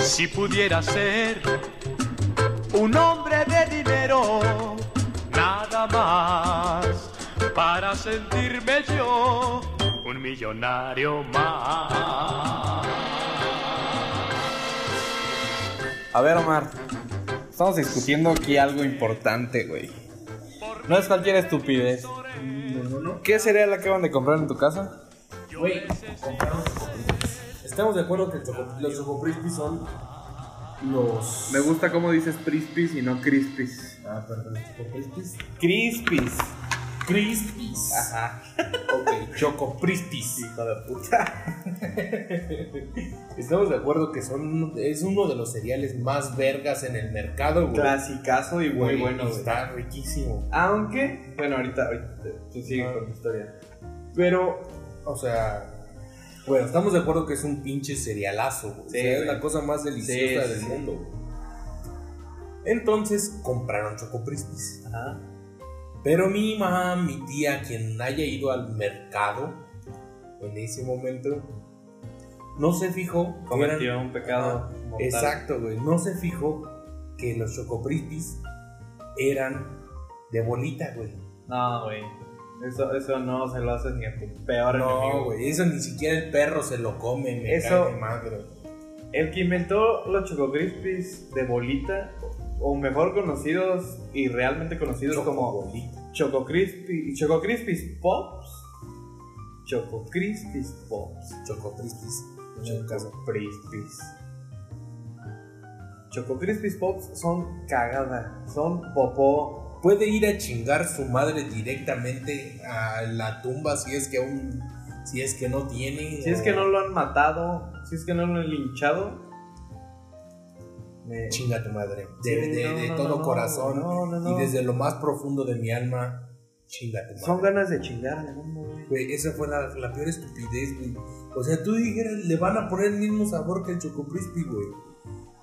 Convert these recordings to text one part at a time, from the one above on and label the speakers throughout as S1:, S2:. S1: Si pudiera ser un hombre de dinero, nada más, para sentirme yo un millonario más.
S2: A ver, Omar. Estamos discutiendo aquí algo importante, güey. No es cualquier estupidez. ¿Qué cereal acaban de comprar en tu casa?
S3: Güey, compraron Chocopristis. Estamos de acuerdo que el Choco- los Chocopristis son los.
S4: Me gusta cómo dices Prispis y no Crispis.
S3: Ah, perdón, Chocopristis.
S2: Crispies.
S3: Crispis.
S2: Ajá.
S3: Ok, Chocopristis.
S2: Ah, Hijo de puta.
S3: Estamos de acuerdo que son es uno de los cereales más vergas en el mercado, güey.
S2: Clasicazo y
S3: Güey,
S2: muy bueno, güey.
S3: Está riquísimo.
S2: Aunque, bueno, ahorita, ahorita te- tú sigue
S3: Ah,
S2: con tu historia.
S3: Pero, o sea, bueno, estamos de acuerdo que es un pinche cerealazo, güey. O
S2: Sí,
S3: sea, es
S2: güey.
S3: la cosa más deliciosa
S2: Sí, sí,
S3: del
S2: sí.
S3: mundo, güey. Entonces compraron Chocopristis.
S2: Ajá.
S3: Pero mi mamá, mi tía, quien haya ido al mercado en ese momento, no se fijó. que eran-
S2: Cometió un pecado. mortal.
S3: Exacto, güey. No se fijó que los Chocopristis eran de bolita, güey.
S2: No, güey. Eso, eso no se lo haces ni a tu peor
S3: No,
S2: enemigo.
S3: güey, eso ni siquiera el perro se lo come, me
S2: Eso-
S3: cae de madre.
S2: El que inventó los Choco Crispies de bolita, o mejor conocidos y realmente conocidos como
S3: bolita.
S2: Choco Crispy, Choco Crispies Pops, Choco Crispies Pops,
S3: Chocopristis.
S2: Choco Crispies. Choco Crispies Pops son cagada, son popó.
S3: Puede ir a chingar su madre directamente a la tumba si es que aún. Si es que no tiene.
S2: Si es que
S3: o-
S2: no lo han matado, si es que no lo han linchado, me-
S3: Chinga tu madre. De,
S2: Sí,
S3: de-
S2: no,
S3: de
S2: no,
S3: todo
S2: no,
S3: corazón.
S2: no, no, no.
S3: Y desde lo más profundo de mi alma, chinga tu madre.
S2: son ganas de chingar al mundo, güey.
S3: Güey, esa fue la, la peor estupidez, güey. O sea, tú dijeras, le van a poner el mismo sabor que el Choco Crispy, güey.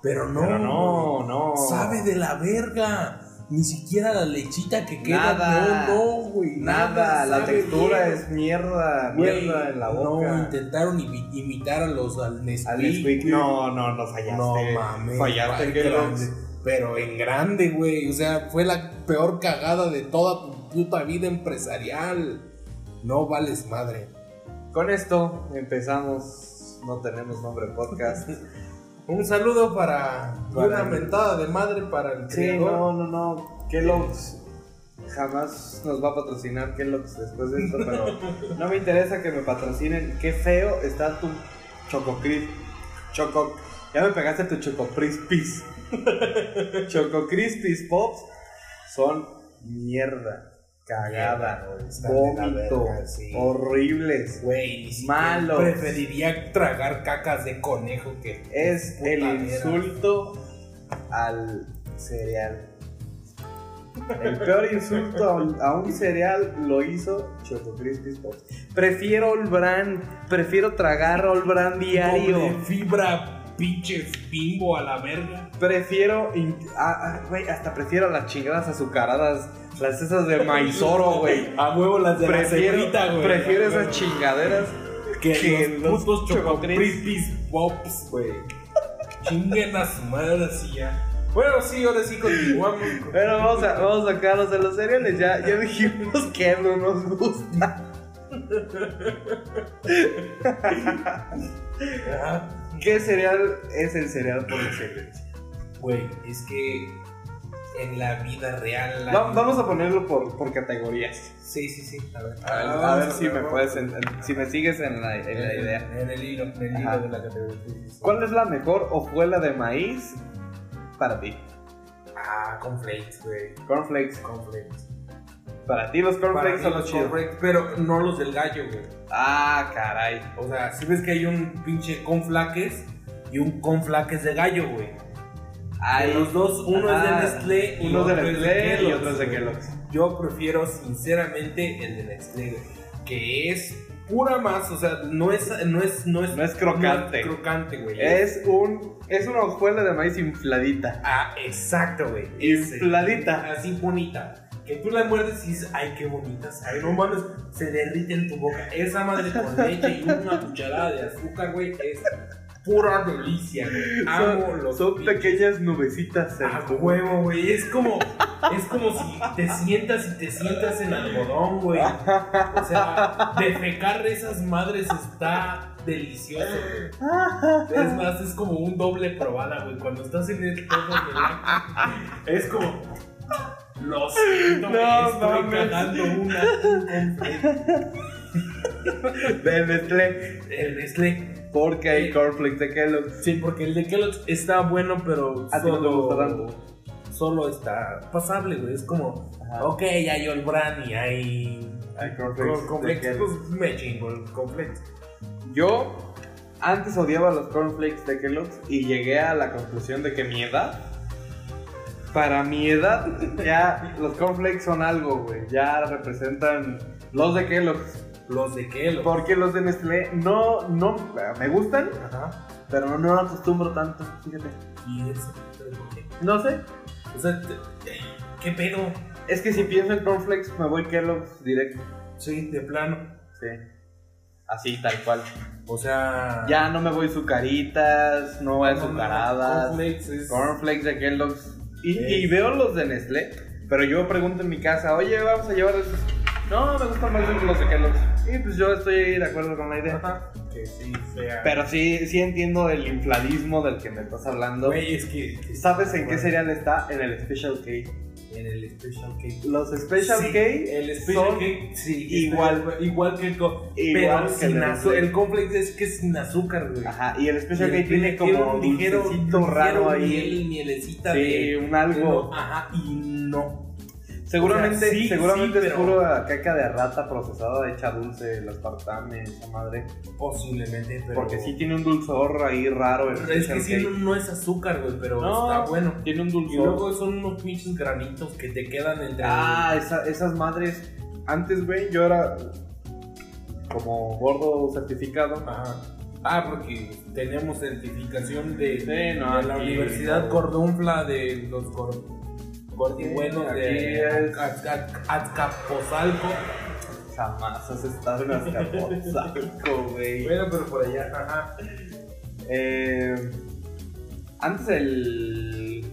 S3: Pero no.
S2: Pero no, no.
S3: Sabe de la verga. Ni siquiera la lechita que queda.
S2: Nada.
S3: No, no, güey.
S2: Nada, la
S3: sabe
S2: textura
S3: bien.
S2: es mierda,
S3: Güey,
S2: mierda en la
S3: No,
S2: boca.
S3: intentaron imi- imitar a los al Nesquik.
S2: Al Nesquik,
S3: güey.
S2: no, no, no fallaste.
S3: No mames.
S2: Fallaste,
S3: güey,
S2: que
S3: pero- Pero en grande, güey. O sea, fue la peor cagada de toda tu puta vida empresarial. No vales madre.
S2: Con esto empezamos. No tenemos nombre podcast.
S3: Un saludo para,
S2: Para
S3: una
S2: el-
S3: mentada de madre para el
S2: sí,
S3: creador.
S2: no, no, no. Kellogg's jamás nos va a patrocinar Kellogg's después de esto, pero no me interesa que me patrocinen. Qué feo está tu Choco Cris- Choco. Ya me pegaste tu Choco Crispies. Choco Crispies Pops son mierda. Cagada,
S3: Mierda, están de la
S2: vómito,
S3: verga, sí.
S2: horribles.
S3: Güey, ni siquiera-
S2: Malos.
S3: Preferiría tragar cacas de conejo que.
S2: Es
S3: Puta
S2: el
S3: mierda.
S2: insulto al cereal. El peor insulto a un- a un cereal lo hizo Choco Crispies Pops. Prefiero All Bran, prefiero tragar All Bran
S3: Doble
S2: diario.
S3: fibra, pinches bimbo a la verga.
S2: Prefiero, in- ah, ah, güey, hasta prefiero las chingadas azucaradas, las esas de maizoro, güey.
S3: A huevo las de
S2: Prefiero,
S3: la cebrita, güey.
S2: prefiero
S3: A
S2: esas
S3: huevo.
S2: chingaderas,
S3: que,
S2: que los
S3: los putos
S2: Choco
S3: Choco
S2: Crisp-
S3: Crispies Pops.
S2: güey.
S3: Chinguen a su madre así ya. Bueno, sí, ahora sí continuamos.
S2: Bueno, vamos a, vamos a sacarlos de los cereales. Ya, ya dijimos que no nos gusta.
S3: Ajá.
S2: ¿Qué cereal es el cereal por excelencia?
S3: Güey, es que en la vida real. la-
S2: Va- vamos a ponerlo por, por categorías.
S3: Sí, sí, sí. A Eh. ver,
S2: A ver, a ver si me puedes, en- en- si me sigues en la, en la idea.
S3: En el hilo, en el hilo
S2: Ajá.
S3: de la categoría. Sí, sí.
S2: ¿Cuál es la mejor hojuela de maíz para ti?
S3: Ah, conflicts, güey.
S2: Cornflakes.
S3: Conflicts.
S2: Para ti los cornflakes son los chidos.
S3: Cornflakes, pero no los del gallo, güey.
S2: Ah, caray.
S3: O sea, si ves que hay un pinche conflaques y un conflaques de gallo, güey.
S2: Ay,
S3: De los dos, uno
S2: ajá.
S3: es de Nestlé y
S2: Uno es de
S3: otro es de
S2: Nestlé y
S3: Kellogg's,
S2: otro es de
S3: güey.
S2: Kellogg's.
S3: Yo prefiero sinceramente el de Nestlé, güey, que es pura más, o sea, no es no es no es
S2: No es crocante.
S3: no es crocante, güey.
S2: Es un es una hojuela de maíz infladita.
S3: ah, exacto, güey. Ese.
S2: Infladita.
S3: así bonita. Que tú la muerdes y dices, ay, qué bonita. Ay, no mames, se derrite en tu boca. Esa madre con leche y una cucharada de azúcar, güey, es pura delicia, güey. Amo
S5: Son,
S3: los
S5: son
S3: pinches- Ah.
S5: pequeñas nubecitas. en
S3: A
S5: tu-
S3: huevo, güey. Es como, es como si te sientas y te sientas en algodón, güey. O sea, defecar de esas madres está delicioso, güey. Es más, es como un doble probada, güey. Cuando estás en el todo, güey, Es como. Lo siento, güey.
S5: No
S3: Estoy
S5: mames.
S3: cagando una. un-
S5: De Nestlé.
S3: El Nestlé.
S5: Porque hay cornflakes de Kellogg's.
S3: Sí, porque el de Kellogg's está bueno, pero.
S5: A ti no te gusta tanto.
S3: Solo está pasable, güey. Es como.
S5: Ajá.
S3: Ok, hay All Brand y hay.
S5: Hay cornflakes.
S3: Con
S5: de
S3: complex,
S5: Kellogg's.
S3: pues me chingo el complex.
S2: Yo antes odiaba los cornflakes de Kellogg's y llegué a la conclusión de que mi edad, para mi edad, ya los cornflakes son algo, güey. Ya representan los de Kellogg's.
S3: Los de Kelo.
S2: Porque los de Nestlé no, no, me gustan,
S3: Ajá.
S2: pero no me acostumbro tanto, fíjate.
S3: Y eso. ¿por qué?
S2: No sé,
S3: O sea, te- te- ¿qué pedo?
S2: es que si pienso en cornflakes me voy Kellogg's directo.
S3: Sí, de plano.
S2: Sí. Así, tal cual.
S3: O sea.
S2: Ya no me voy sucaritas, no voy azucaradas.
S3: Complex es.
S2: Cornflakes de Kellogg's. Y,
S3: Sí.
S2: y veo los de Nestlé, pero yo pregunto en mi casa, oye, vamos a llevar esos. No, me gustan más los de Kellogg's. Y pues yo estoy de acuerdo con la idea.
S3: Ajá. Que sí sea.
S2: Pero sí, sí entiendo el infladismo del que me estás hablando.
S3: Güey, es que. que-
S2: ¿Sabes en qué
S3: bueno,
S2: cereal está? En el Special K.
S3: En el Special Cake.
S2: Los Special
S3: Sí,
S2: K eh,
S3: el Special
S2: son
S3: Cake, sí,
S2: igual-
S3: igual que el co-
S2: igual
S3: pero
S2: que
S3: sin
S2: el
S3: azúcar.
S2: de-
S3: El complex es que es sin azúcar, güey.
S2: Ajá, y el Special
S3: Y
S2: K
S3: el
S2: tiene como un
S3: ligero,
S2: dulcecito
S3: ligero
S2: raro ahí.
S3: Miel, mielecita
S2: Sí,
S3: de-
S2: un
S3: Pero,
S2: algo.
S3: Ajá, y no.
S2: Seguramente,
S3: o sea, sí,
S2: seguramente
S3: sí,
S2: es
S3: pero-
S2: puro caca de rata procesada hecha dulce, el aspartame, esa madre.
S3: Posiblemente, pero.
S2: Porque sí tiene un dulzor ahí raro. El
S3: Pero es que
S2: Special
S3: sí,
S2: K.
S3: no, no es azúcar, güey, pero
S2: No.
S3: está bueno.
S2: tiene un
S3: Y
S2: dulzor.
S3: luego son unos pinches granitos que te quedan entre.
S2: Ah, esa- esas madres. Antes, güey, yo era como gordo certificado.
S3: Ajá. Ah, porque tenemos certificación de,
S2: Sí, no,
S3: de la
S2: aquí-
S3: Universidad Cordunfla de los Cor- Gordibuenos
S2: Aquí
S3: de
S2: es-
S3: Azca- Azca- Azcapotzalco.
S2: Jamás has estado en Azcapotzalco, güey.
S3: Bueno, pero por allá, ajá.
S2: Eh, antes el.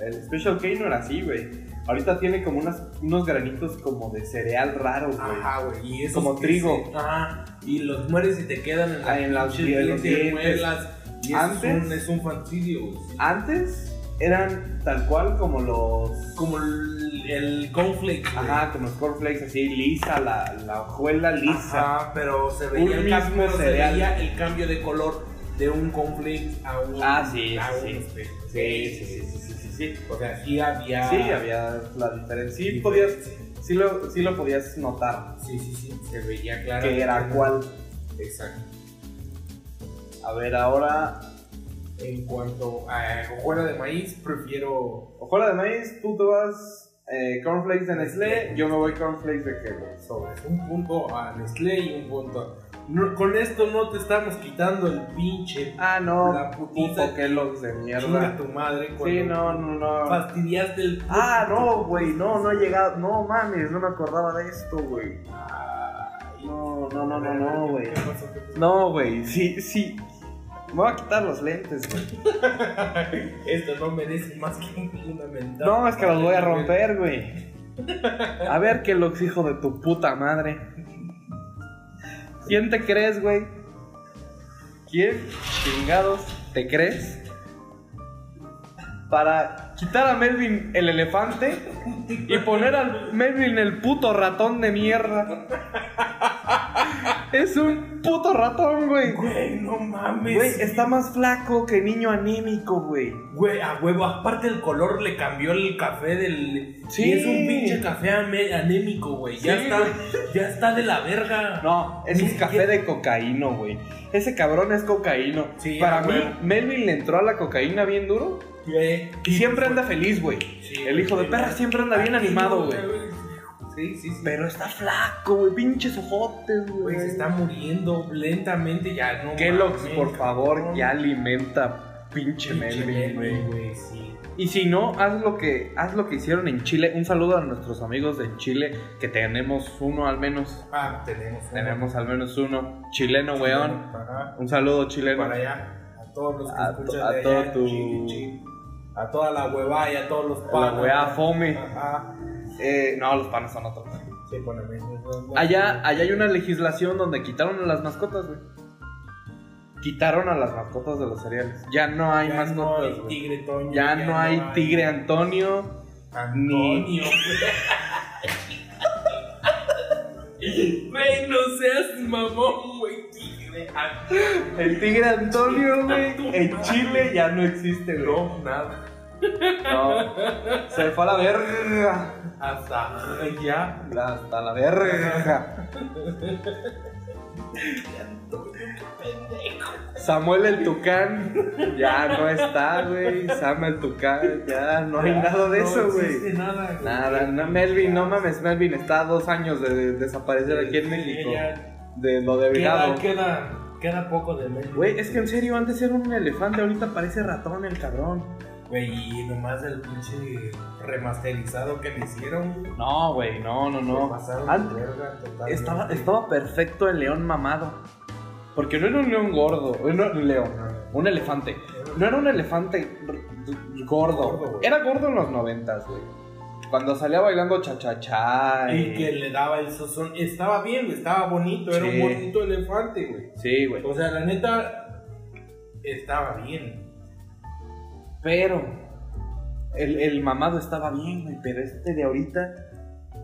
S2: El Special K no era así, güey. Ahorita tiene como unas, unos granitos como de cereal raros, güey.
S3: Ajá, güey. y esos
S2: Como
S3: que
S2: trigo.
S3: se- ajá. Y los mueres y te quedan en,
S2: Ah, en las-
S3: pinches
S2: y en los
S3: pinches
S2: dientes.
S3: muelas. Y eso
S2: Antes-
S3: es un, es un fastidio, güey.
S2: Antes eran tal cual como los.
S3: Como el, el cornflake, güey.
S2: Ajá, como los cornflakes así, lisa, la, la hojuela lisa.
S3: Ajá, pero se veía,
S2: Un
S3: el
S2: mismo
S3: cambio, se
S2: cereal.
S3: veía el cambio de color de un cornflake a un.
S2: Ah, sí,
S3: a
S2: sí,
S3: un
S2: sí.
S3: este.
S2: Sí, sí, sí, sí, sí, sí, sí.
S3: O sea, sí había.
S2: Sí, había la diferencia. Sí,
S3: diferencia.
S2: podías, sí, lo, sí lo podías notar.
S3: Sí, sí, sí. Se veía claro.
S2: Que era cuál.
S3: Exacto.
S2: A ver, ahora.
S3: En cuanto a hojuela de maíz, prefiero
S2: Ojuela de maíz, tú te vas eh, cornflakes de Nestlé,
S3: Nestlé.
S2: yo me voy cornflakes de Kellogg's.
S3: sobre un punto a Nestlé y un punto a- No, con esto no te estamos quitando el pinche
S2: Ah, no,
S3: La putiza.
S2: puto Kellogg's de
S3: chinga
S2: mierda.
S3: tu madre cuando
S2: Sí, no, no, no.
S3: fastidiaste el
S2: Ah, no, güey, no, no he llegado. No mames, no me acordaba de esto, güey.
S3: Ay,
S2: No, no, no, no,
S3: a ver,
S2: no,
S3: ¿qué-
S2: güey.
S3: qué pasó? ¿Qué pasó?
S2: No, güey, sí, sí. Me voy a quitar los lentes, güey.
S3: Esto no merece más que una mentada.
S2: No, es que los voy a romper, güey. A ver, que los hijo de tu puta madre. ¿Quién te crees, güey? ¿Quién chingados te crees? Para quitar a Melvin el elefante y poner a Melvin el puto ratón de mierda. Es un puto ratón, güey.
S3: Güey, no mames.
S2: Güey, está más flaco que niño anímico, güey.
S3: Güey, a huevo, aparte el color le cambió el café del.
S2: Sí.
S3: Y es un pinche café ame- anémico, güey. Ya
S2: Sí,
S3: está, ya está de la verga.
S2: No, es un
S3: ¿Qué?
S2: café de cocaína, güey. Ese cabrón es cocaíno.
S3: Sí,
S2: Para
S3: a
S2: mí,
S3: huevo.
S2: Melvin le entró a la cocaína bien duro
S3: Güey.
S2: y siempre anda feliz, güey.
S3: Sí,
S2: El hijo de
S3: güey.
S2: perra siempre anda bien
S3: Aquí
S2: animado,
S3: no,
S2: güey.
S3: Sí, sí, sí.
S2: Pero está flaco, güey. Pinches ojotes, güey.
S3: Güey, se está muriendo lentamente ya, no.
S2: Kellogg's,
S3: mames,
S2: por favor,
S3: cabrón.
S2: ya alimenta pinche,
S3: Pinche
S2: Melvin, güey.
S3: Melvin, güey, sí.
S2: Y si no, haz lo que haz lo que hicieron en Chile. Un saludo a nuestros amigos de Chile, que tenemos uno al menos.
S3: Ah, tenemos. uno.
S2: Tenemos al menos uno. Chileno, weón.
S3: Ajá.
S2: Un saludo chileno.
S3: Para allá. A todos los que
S2: A
S3: escuchan.
S2: to- a
S3: de
S2: todo
S3: allá,
S2: tu-
S3: chin, chin. A toda la huevá y a todos los
S2: A la weá fome.
S3: Ajá.
S2: Eh, no, los panos son otros.
S3: Sí, bueno, me- me- me-
S2: Allá, allá hay una legislación donde quitaron a las mascotas, güey. Quitaron a las mascotas de los cereales. Ya no hay
S3: Ya no
S2: mascotas,
S3: hay
S2: güey.
S3: tigre Toño.
S2: ya, no hay tigre Antonio.
S3: Antonio. Güey, no seas mamón, güey. Tigre Antonio.
S2: El tigre Antonio, güey. En Chile ya no existe, güey.
S3: No, nada.
S2: No. Se fue a la verga.
S3: Hasta allá.
S2: La- Hasta la verga. Samuel el Tucán ya no está, güey. Sam el Tucán, ya no hay nada de eso,
S3: No
S2: güey.
S3: existe nada, güey.
S2: Nada, no, Melvin, no mames, Melvin está a dos años de, de desaparecer aquí en
S3: Sí,
S2: México.
S3: ya
S2: De lo de
S3: Queda,
S2: virado.
S3: queda, queda poco de México.
S2: Güey, es que en serio, antes era un elefante, ahorita parece ratón el cabrón.
S3: Güey, y nomás el pinche remasterizado que le hicieron. güey.
S2: No, güey, no, no,
S3: Se
S2: no.
S3: pasaron
S2: Antes-
S3: de verga totalmente.
S2: Estaba, estaba perfecto el león mamado. Porque no era un león gordo, eh, no era un león, un elefante. No era un elefante r- r-
S3: Gordo,
S2: gordo.
S3: güey.
S2: Era gordo en los noventas, güey. Cuando salía bailando cha-cha-cha.
S3: Y
S2: y-
S3: que le daba el sozón. Estaba bien, güey, estaba bonito. Era un
S2: Sí.
S3: bonito elefante, güey.
S2: Sí, güey.
S3: O sea, la neta, estaba bien.
S2: Pero el, el mamado estaba bien, güey, pero este de ahorita,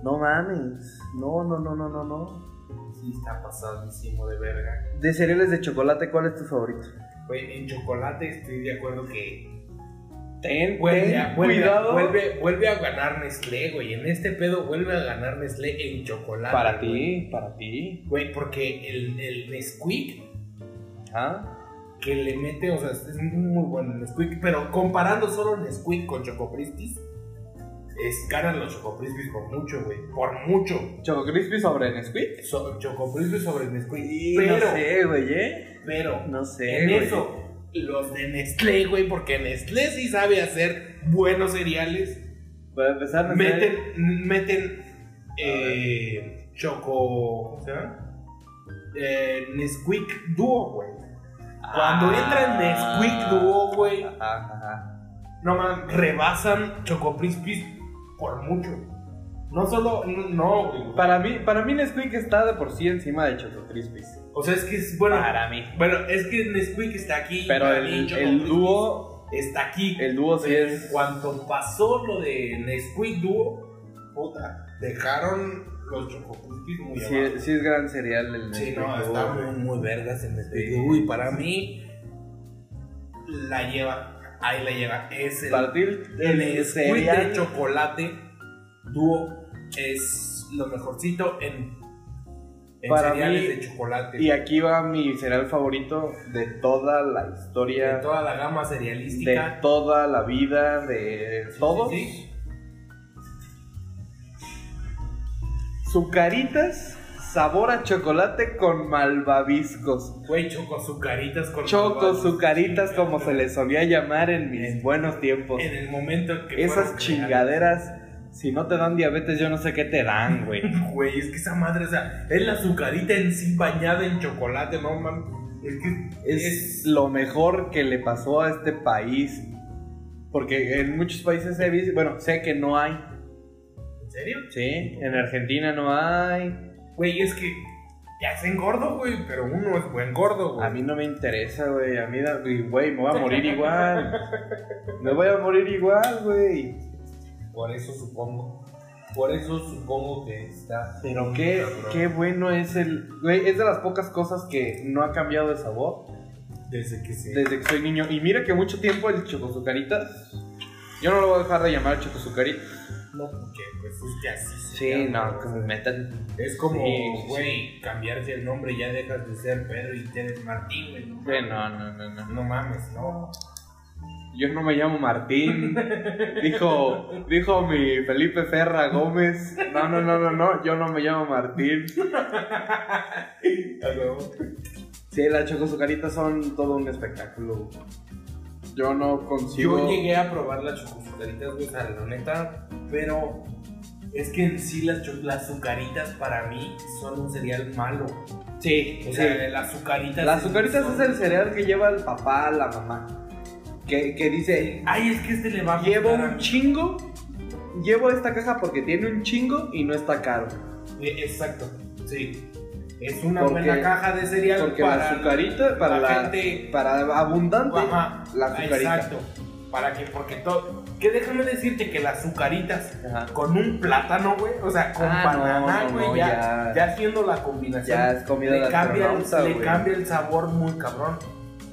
S2: no mames. No, no, no, no, no, no.
S3: Sí, está pasadísimo de verga.
S2: De cereales de chocolate, ¿cuál es tu favorito?
S3: Güey, en chocolate estoy de acuerdo que.
S2: Ten,
S3: Vuelve,
S2: ten
S3: a, vuelve,
S2: cuidado
S3: vuelve, vuelve a ganar Nestlé, güey. En este pedo vuelve a ganar Nestlé en chocolate.
S2: para
S3: güey.
S2: ti, para ti.
S3: Güey, porque el, el Nesquik
S2: Ajá.
S3: que le mete, o sea, es muy bueno el Nesquik, pero comparando solo Nesquik con Chocopristis, es ganan los Chocopristis por mucho, güey, por mucho.
S2: Choco Crispy sobre Nesquik.
S3: So, Chocopristis sobre Nesquik,
S2: Sí,
S3: pero,
S2: no sé, güey, ¿eh?
S3: pero,
S2: No sé.
S3: en
S2: güey.
S3: eso, los de Nestlé, güey, porque Nestlé sí sabe hacer buenos cereales,
S2: Para empezar, no sé.
S3: meten, meten, eh, Choco, ¿cómo se llama? Eh, Nesquik Duo, güey. Cuando
S2: Ah.
S3: entra Nesquik Duo, güey.
S2: Ajá, ajá.
S3: No man, rebasan Choco Crispies por mucho. No solo, no, no, güey.
S2: Para mí, para mí Nesquik está de por sí encima de Choco Crispies.
S3: O sea, es que es bueno.
S2: Para mí.
S3: Bueno, es que Nesquik está aquí.
S2: Pero
S3: para mí
S2: el,
S3: Choco
S2: el
S3: Crispies
S2: dúo,
S3: está aquí.
S2: el dúo sí
S3: Pero
S2: es
S3: En cuanto pasó lo de Nesquik Duo, puta, dejaron los Choco Crispies muy
S2: Sí,
S3: abajo.
S2: sí es gran cereal el
S3: Sí,
S2: Nesquik
S3: no,
S2: Duo.
S3: está muy, muy vergas en Nesquik
S2: Sí.
S3: Duo. Y para mí, la lleva. Ahí la lleva. Es el
S2: Para ti,
S3: El
S2: el
S3: Nesquik
S2: cereal
S3: de chocolate dúo es lo mejorcito en, en
S2: Para
S3: cereales
S2: mí-
S3: de chocolate.
S2: Y aquí va mi cereal favorito de toda la historia,
S3: de toda la gama
S2: de
S3: cerealística.
S2: toda la vida, de todos.
S3: Sí, sí,
S2: Sucaritas, sabor a chocolate con malvaviscos.
S3: sí. Güey, choco azucaritas con
S2: Choco sucaritas,
S3: Sí,
S2: como se les solía llamar en mis
S3: En-
S2: buenos tiempos.
S3: En el momento que.
S2: Esas
S3: fueron
S2: chingaderas, si no te dan diabetes, yo no sé qué te dan, güey.
S3: creadas. Güey, es que esa madre, o sea, es la azucarita en sí bañada en chocolate, no mames. Es que
S2: es lo mejor que le pasó a este país. Porque en muchos países he visto, bueno, sé que no hay.
S3: ¿En serio?
S2: Sí, en Argentina no hay.
S3: Güey, es que. Ya es engordo, güey, pero uno es buen gordo, güey.
S2: A mí no me interesa, güey. A mí, da- y, güey, me voy a morir igual. Me voy a morir igual, güey.
S3: Por eso supongo. Por eso supongo que está.
S2: Pero qué, qué bueno es el. Güey, es de las pocas cosas que no ha cambiado de sabor
S3: Desde que se.
S2: desde que soy niño. Y mira que mucho tiempo el chocosucaritas. Yo no lo voy a dejar de llamar chocosucaritas.
S3: No, porque pues es que así se
S2: Sí,
S3: llama,
S2: no, que
S3: güey.
S2: me metan
S3: Es como,
S2: Sí, sí, sí.
S3: güey, cambiarte el nombre ya dejas de ser Pedro y te eres Martín, güey. No,
S2: Sí,
S3: mames.
S2: no, no, no, no.
S3: No mames, no.
S2: Yo no me llamo Martín. Dijo, dijo mi Felipe Ferra Gómez. No, no, no, no, no. Yo no me llamo Martín.
S3: A huevo.
S2: Sí, las chocosucaritas son todo un espectáculo. Yo no
S3: Yo
S2: consigo.
S3: llegué a probar las chocosucaritas, güey, o sea, la neta, pero es que en sí las, cho- las azucaritas para mí son un cereal malo.
S2: Sí,
S3: O
S2: sí.
S3: sea, las azucaritas.
S2: Las azucaritas
S3: son-
S2: es el cereal que lleva el papá, la mamá. Que, que dice,
S3: Ay, es que este le va a
S2: llevo
S3: gustar a
S2: un
S3: mí.
S2: chingo, llevo esta caja porque tiene un chingo y no está caro.
S3: Eh, Exacto, sí. Es una
S2: Porque-
S3: buena caja de cereal
S2: Porque
S3: para
S2: la azucarita, para la,
S3: gente.
S2: para abundante,
S3: Ajá,
S2: la azucarita.
S3: Exacto. Para que, porque todo. Que déjame decirte que las azucaritas
S2: Ajá.
S3: con un plátano, güey, o sea, con
S2: Ah, no,
S3: banana,
S2: no,
S3: güey,
S2: no,
S3: ya,
S2: ya.
S3: ya haciendo la combinación.
S2: Ya es comida
S3: le cambia, el-
S2: gastronauta,
S3: le
S2: güey.
S3: cambia el sabor muy cabrón.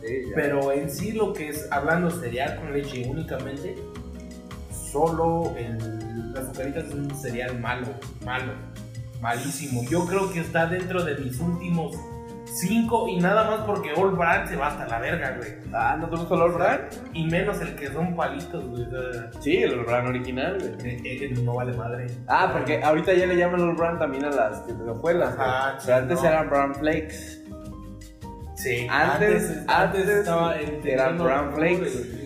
S2: Sí, ya.
S3: Pero en sí lo que es hablando cereal con leche únicamente, solo el, las azucaritas es un cereal malo, malo, malísimo. Yo creo que está dentro de mis últimos cinco y nada más porque All Brand se va hasta la verga, güey.
S2: Ah, ¿no te gusta el All Brand?
S3: Y menos el que son palitos, güey. o sea,
S2: Sí, el All Brand original, güey.
S3: eh, eh, no vale madre.
S2: Ah, porque ahorita ya le llaman All Brand también a las que hojuelas. güey.
S3: Ajá,
S2: Pero antes
S3: no.
S2: eran Brown Flakes.
S3: Sí,
S2: Antes- antes
S3: en-
S2: eran brown flakes.
S3: güey.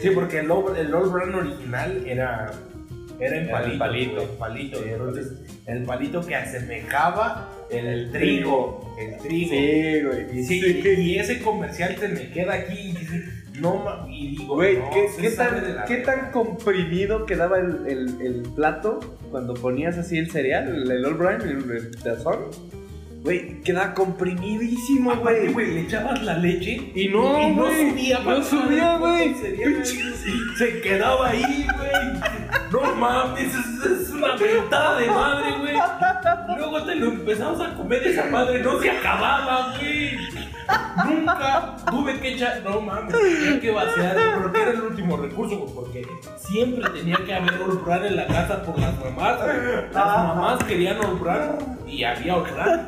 S3: Sí, porque el, Old- el Old Brown original era, era en
S2: Era
S3: palito.
S2: en palito.
S3: güey, palito.
S2: Sí,
S3: entonces, el palito que asemejaba el, trigo. El trigo.
S2: Sí, güey.
S3: Sí, y ese comercial se me queda aquí y dice, no ma- y digo,
S2: Güey,
S3: no,
S2: ¿qué,
S3: se
S2: qué
S3: sale de
S2: tan,
S3: la
S2: qué
S3: verga.
S2: tan comprimido quedaba el, el- el plato cuando ponías así el cereal, el, el All Brand, el, el tazón? Güey, quedaba comprimidísimo,
S3: Aparte,
S2: güey.
S3: güey, le echabas la leche
S2: Y no,
S3: y no
S2: güey,
S3: subía,
S2: no
S3: para
S2: subía,
S3: nada,
S2: güey.
S3: puto cereal, güey. Se quedaba ahí, güey. No mames, es, es una ventada de madre, güey. Luego te lo empezamos a comer esa madre, no se acababa, güey. Nunca tuve que echar, no mames, tenía que vaciar, porque era el último recurso, güey, porque siempre tenía que haber honrar en la casa por las mamás. Las
S2: Ah.
S3: mamás querían honrar y había honrar.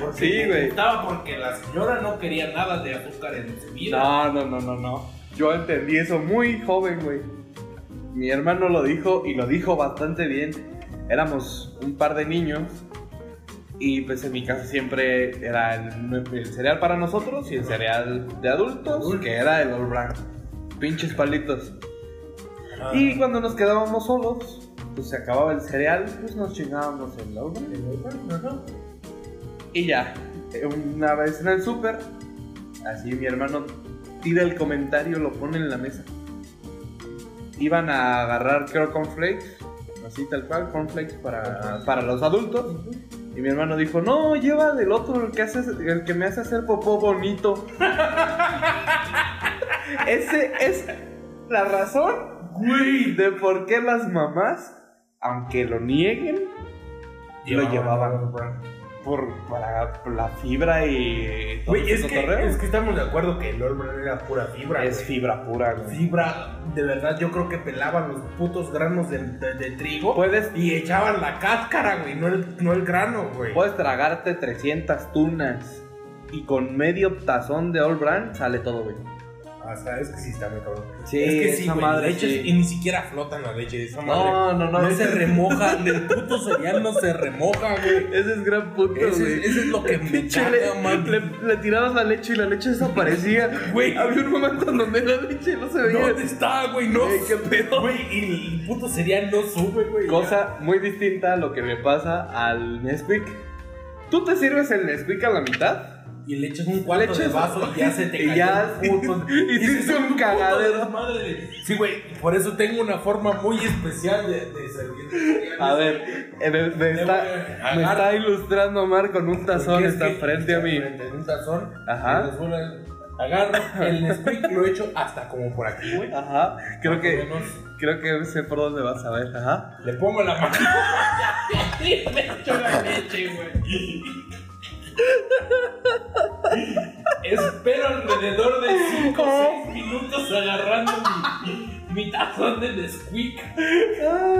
S3: Porque
S2: Sí,
S3: les
S2: güey.
S3: gustaba porque la señora no quería nada de azúcar en su vida.
S2: No, no, no, no, no. Yo entendí eso muy joven, güey. Mi hermano lo dijo y lo dijo bastante bien. Éramos un par de niños y pues en mi casa siempre era el, el cereal para nosotros y el cereal de adultos, que era el All Brand. Pinches palitos.
S3: Ah,
S2: Y cuando nos quedábamos solos, pues se acababa el cereal, pues nos chingábamos el All Brand. Y ya, eh, una vez en el súper, así mi hermano tira el comentario, lo pone en la mesa. Iban a agarrar, creo, cornflakes, así tal cual, cornflakes para, para los adultos. Y mi hermano dijo, no, lleva del otro, el que, hace, el que me hace hacer popó bonito. Ese es la razón
S3: Güey,
S2: de por qué las mamás, aunque lo nieguen, lo llevaban por, para la fibra y todo
S3: Güey, es
S2: ese
S3: que,
S2: cotorreo.
S3: es que estamos de acuerdo que el Olbran era pura fibra.
S2: Es
S3: güey.
S2: fibra pura, güey.
S3: Fibra, de verdad, yo creo que pelaban los putos granos de, de- de trigo
S2: Puedes,
S3: y echaban la cáscara, güey, no el, no el grano, güey.
S2: puedes tragarte 300 tunas y con medio tazón de All Brand sale todo, güey.
S3: Ah, O sea, es que sí está muy cabrón.
S2: Sí,
S3: es que sí,
S2: esa
S3: güey,
S2: madre,
S3: leches
S2: sí.
S3: y ni siquiera flotan la leche de esa madre.
S2: No, no, no.
S3: No se
S2: ese,
S3: remoja, el puto cereal no se remoja, güey.
S2: ese es gran punto,
S3: Ese, es-
S2: güey.
S3: ese es lo que me
S2: Pinche
S3: caga,
S2: le,
S3: man.
S2: le, le tirabas la leche y la leche desaparecía.
S3: Güey.
S2: Había un momento en donde la leche no se veía.
S3: ¿Dónde está, güey? No.
S2: Güey, qué pedo.
S3: Güey, y el puto cereal no sube, güey.
S2: Cosa muy distinta a lo que le pasa al Nesquik. Tú te sirves el Nesquik a la mitad
S3: Y le echas un cuarto
S2: echas-
S3: de vaso y ya se te
S2: y
S3: cayó
S2: ya-
S3: el puto.
S2: y se
S3: se
S2: hizo un
S3: puto
S2: cagadero.
S3: desmadre de- Sí, güey, por eso tengo una forma muy especial de, de servir cereales.
S2: A ver, eh, me, me
S3: Le
S2: está,
S3: voy a
S2: me está
S3: agarrar.
S2: ilustrando Omar con un tazón,
S3: Porque es
S2: está
S3: que-
S2: frente a mí.
S3: Frente a un tazón.
S2: Ajá.
S3: el tazón, el- Agarro el Nesquik, lo echo hasta como por aquí, güey.
S2: Ajá, creo
S3: Más o
S2: que,
S3: menos,
S2: creo que sé por dónde vas a ver, ajá.
S3: Le pongo la mano. Y me echo la leche, güey. Espero alrededor de 5 o 6 minutos agarrando mi, mi tazón de Nesquik.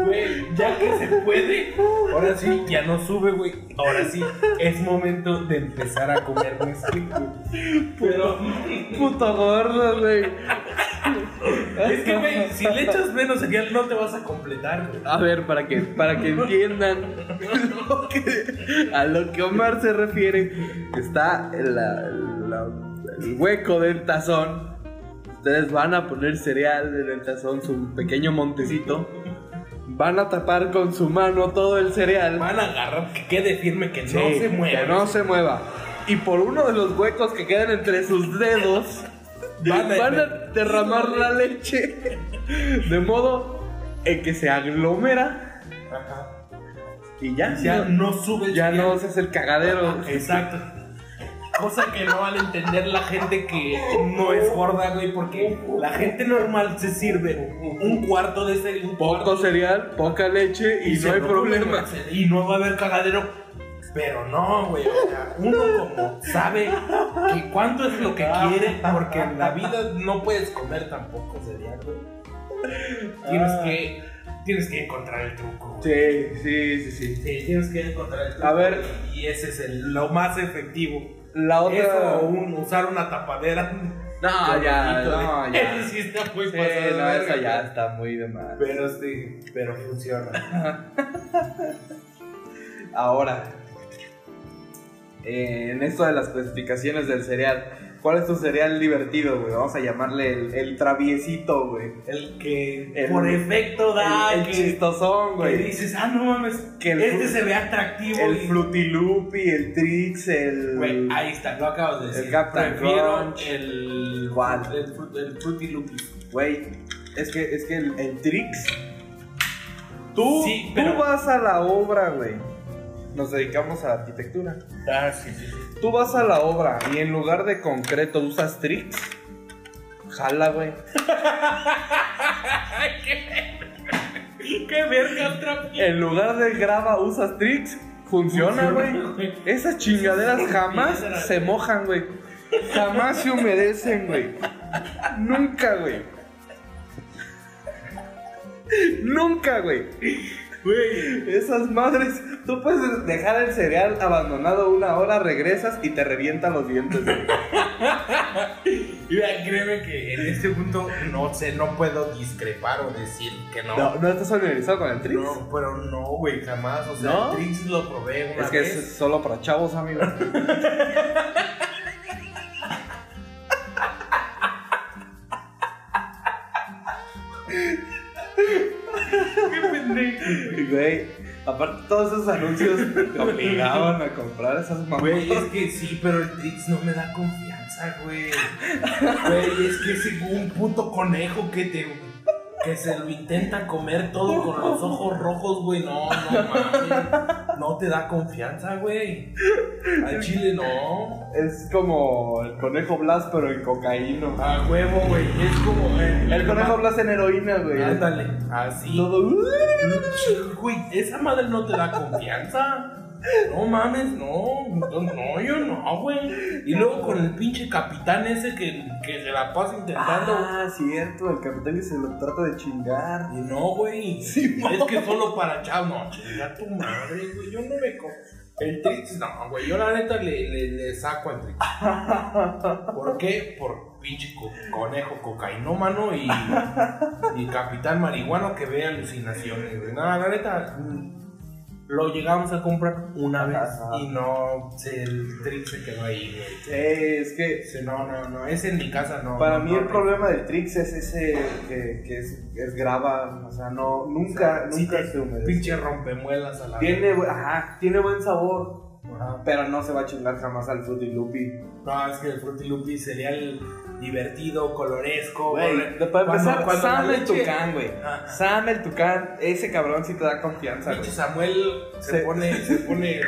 S3: Güey, ya que se puede. Ahora sí, ya no sube, güey. Ahora sí, es momento de empezar a comer Nesquik, güey. Pero
S2: Puto gordo, güey.
S3: es que, güey, si le echas menos cereal no te vas a completar, güey.
S2: A ver, para que, para que entiendan lo que- a lo que Omar se refiere, está la- la- el hueco del tazón Ustedes van a poner cereal en el tazón, su pequeño montecito. Van a tapar con su mano todo el cereal.
S3: Van a agarrar que quede firme, que no
S2: Sí,
S3: se mueva.
S2: Que no se mueva. Y por uno de los huecos que quedan entre sus dedos, van,
S3: Van a-
S2: van a derramar la leche. De modo en que se aglomera
S3: Ajá.
S2: y ya.
S3: Ya no sube el
S2: ya
S3: cereal.
S2: no se hace el cagadero.
S3: Exacto. Cosa que no van a entender la gente que no es gorda, güey, porque la gente normal se sirve un cuarto de ese un
S2: Poco
S3: cuarto
S2: cereal, poca leche y,
S3: se
S2: no hay
S3: lo
S2: problema.
S3: come, güey, Y no va a haber cagadero. Pero no, güey. o sea, uno como sabe que cuánto es lo que quiere, porque en la vida no puedes comer tampoco cereal, güey. Tienes que, tienes que encontrar el truco. güey.
S2: Sí, sí, sí, sí.
S3: Sí, tienes que encontrar el truco.
S2: A ver.
S3: Y ese es el- lo más efectivo.
S2: La otra.
S3: Eso o un- usar una tapadera.
S2: No, ya,
S3: Chorrito de-
S2: no, ya.
S3: Sí, está muy
S2: Sí,
S3: pasado de
S2: no,
S3: verga.
S2: esa ya está muy de más.
S6: Pero sí, pero funciona.
S2: Ahora, eh, en esto de las clasificaciones del cereal, ¿cuál es tu cereal divertido, güey? Vamos a llamarle el, el traviesito, güey.
S3: El que
S2: El-
S3: por efecto da
S2: El, el
S3: Ah, que,
S2: chistosón,
S3: que
S2: güey.
S3: dices, ah, no mames,
S2: Que el
S3: este
S2: fru-
S3: se ve atractivo.
S2: El
S3: y-
S2: frutilupi, el trix, el...
S3: Güey, ahí está, lo acabas de
S2: el
S3: decir.
S2: Captain
S3: Prefiero
S2: Crunch.
S3: el.
S2: ¿Cuál?
S3: El, fru- el Fruity Loopy.
S2: Güey, es que, es que el, el trix... Tú,
S3: Sí,
S2: tú
S3: pero-
S2: vas a la obra, güey. Nos dedicamos a arquitectura.
S3: Ah, sí, sí.
S2: Tú vas a la obra y en lugar de concreto usas tricks. Jala, güey.
S3: ¡Qué verga, trapi!
S2: En lugar de grava usas tricks. Funciona,
S3: Funciona,
S2: güey.
S3: güey.
S2: Esas chingaderas
S3: Esas
S2: jamás
S3: chingaderas.
S2: se mojan, güey. Jamás se humedecen, güey. Nunca, güey. Nunca, güey. Güey, esas madres. Tú puedes dejar el cereal abandonado una hora, regresas y te revienta los dientes, güey.
S3: Mira, créeme que en este punto no sé, no puedo discrepar o decir que no.
S2: No, no estás familiarizado con el tricks.
S3: No, pero no, güey, jamás. O sea,
S2: ¿No?
S3: el Trix lo probé una
S2: Es que
S3: vez.
S2: es solo para chavos, amigo. Güey, aparte todos esos anuncios te obligaban a comprar esas mamadas.
S3: Güey, es que sí, pero el Trix no me da confianza, güey. Güey, es que es un puto conejo que te. Que se lo intenta comer todo con los ojos rojos, güey. No, no mames. No te da confianza, güey. Al chile no.
S2: Es como el conejo Blas, pero en cocaína.
S3: A huevo, güey. Es como. eh,
S2: El conejo Blas en heroína, güey.
S3: Ándale. Así.
S2: Todo.
S3: Güey, esa madre no te da confianza. No mames, no, no, no, yo no, güey. Y luego con el pinche capitán ese que, que se la pasa intentando.
S2: Ah, cierto, el capitán que se lo trata de chingar.
S3: Y no, güey.
S2: Sí,
S3: es que solo para chavos, no, chinga tu madre, güey. Yo no me co El Trix, no, güey. Yo la neta le, le, le saco al Trix. ¿Por qué? Por pinche co- conejo cocainómano y, y capitán marihuano que ve alucinaciones, güey. Nada, la neta. mm, Lo llegamos a comprar una vez
S2: Ajá.
S3: y no, se, el Trix se quedó ahí, güey.
S2: Eh, es que
S3: Dice, No, no, no, ese en mi casa no.
S2: Para
S3: no,
S2: mí
S3: no,
S2: el
S3: no.
S2: problema del Trix es ese que, que es, es grava, o sea, no, nunca,
S3: Sí,
S2: nunca
S3: te-
S2: se humedece.
S3: Pinche rompemuelas a la
S2: Tiene, bu- ajá, tiene buen sabor,
S3: Ajá.
S2: pero no se va a chingar jamás al Fruity Loopy.
S3: No, es que el Fruity Loopy sería el divertido, coloresco.
S2: Güey,
S3: color-
S2: de- para
S3: cuando-
S2: empezar,
S3: cuando la
S2: Sam el
S3: leche-
S2: Tucán, güey.
S3: Ajá.
S2: Sam el Tucán, ese cabrón sí te da confianza, güey.
S3: Pinche Samuel se,
S2: Se-
S3: pone, se pone,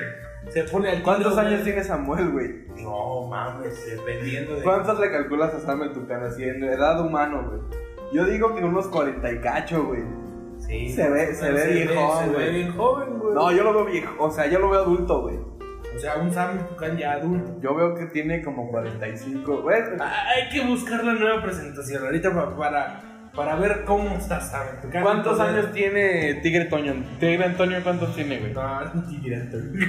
S3: se pone al
S2: ¿Cuántos
S3: tiro,
S2: años
S3: güey.
S2: tiene Samuel, güey?
S3: No, mames, dependiendo de...
S2: ¿Cuántos le calculas a Sam el Tucán así en edad humano, güey? Yo digo que unos 40 y cacho, güey.
S3: Sí,
S2: Se ve- se ve bien joven,
S3: Se ve
S2: güey.
S3: bien joven, güey.
S2: No, yo lo veo viejo, o sea, yo lo veo adulto, güey.
S3: O sea, un Sam Tucán ya adulto.
S2: Yo veo que tiene como 45, güey.
S3: Ah, Hay que buscar la nueva presentación ahorita pa- para, para ver cómo está Sam Tucán.
S2: ¿Cuántos
S3: Entonces-
S2: años tiene Tigre Toño? Tigre Antonio, ¿cuántos tiene, güey?
S3: No, es un tigre, Antonio.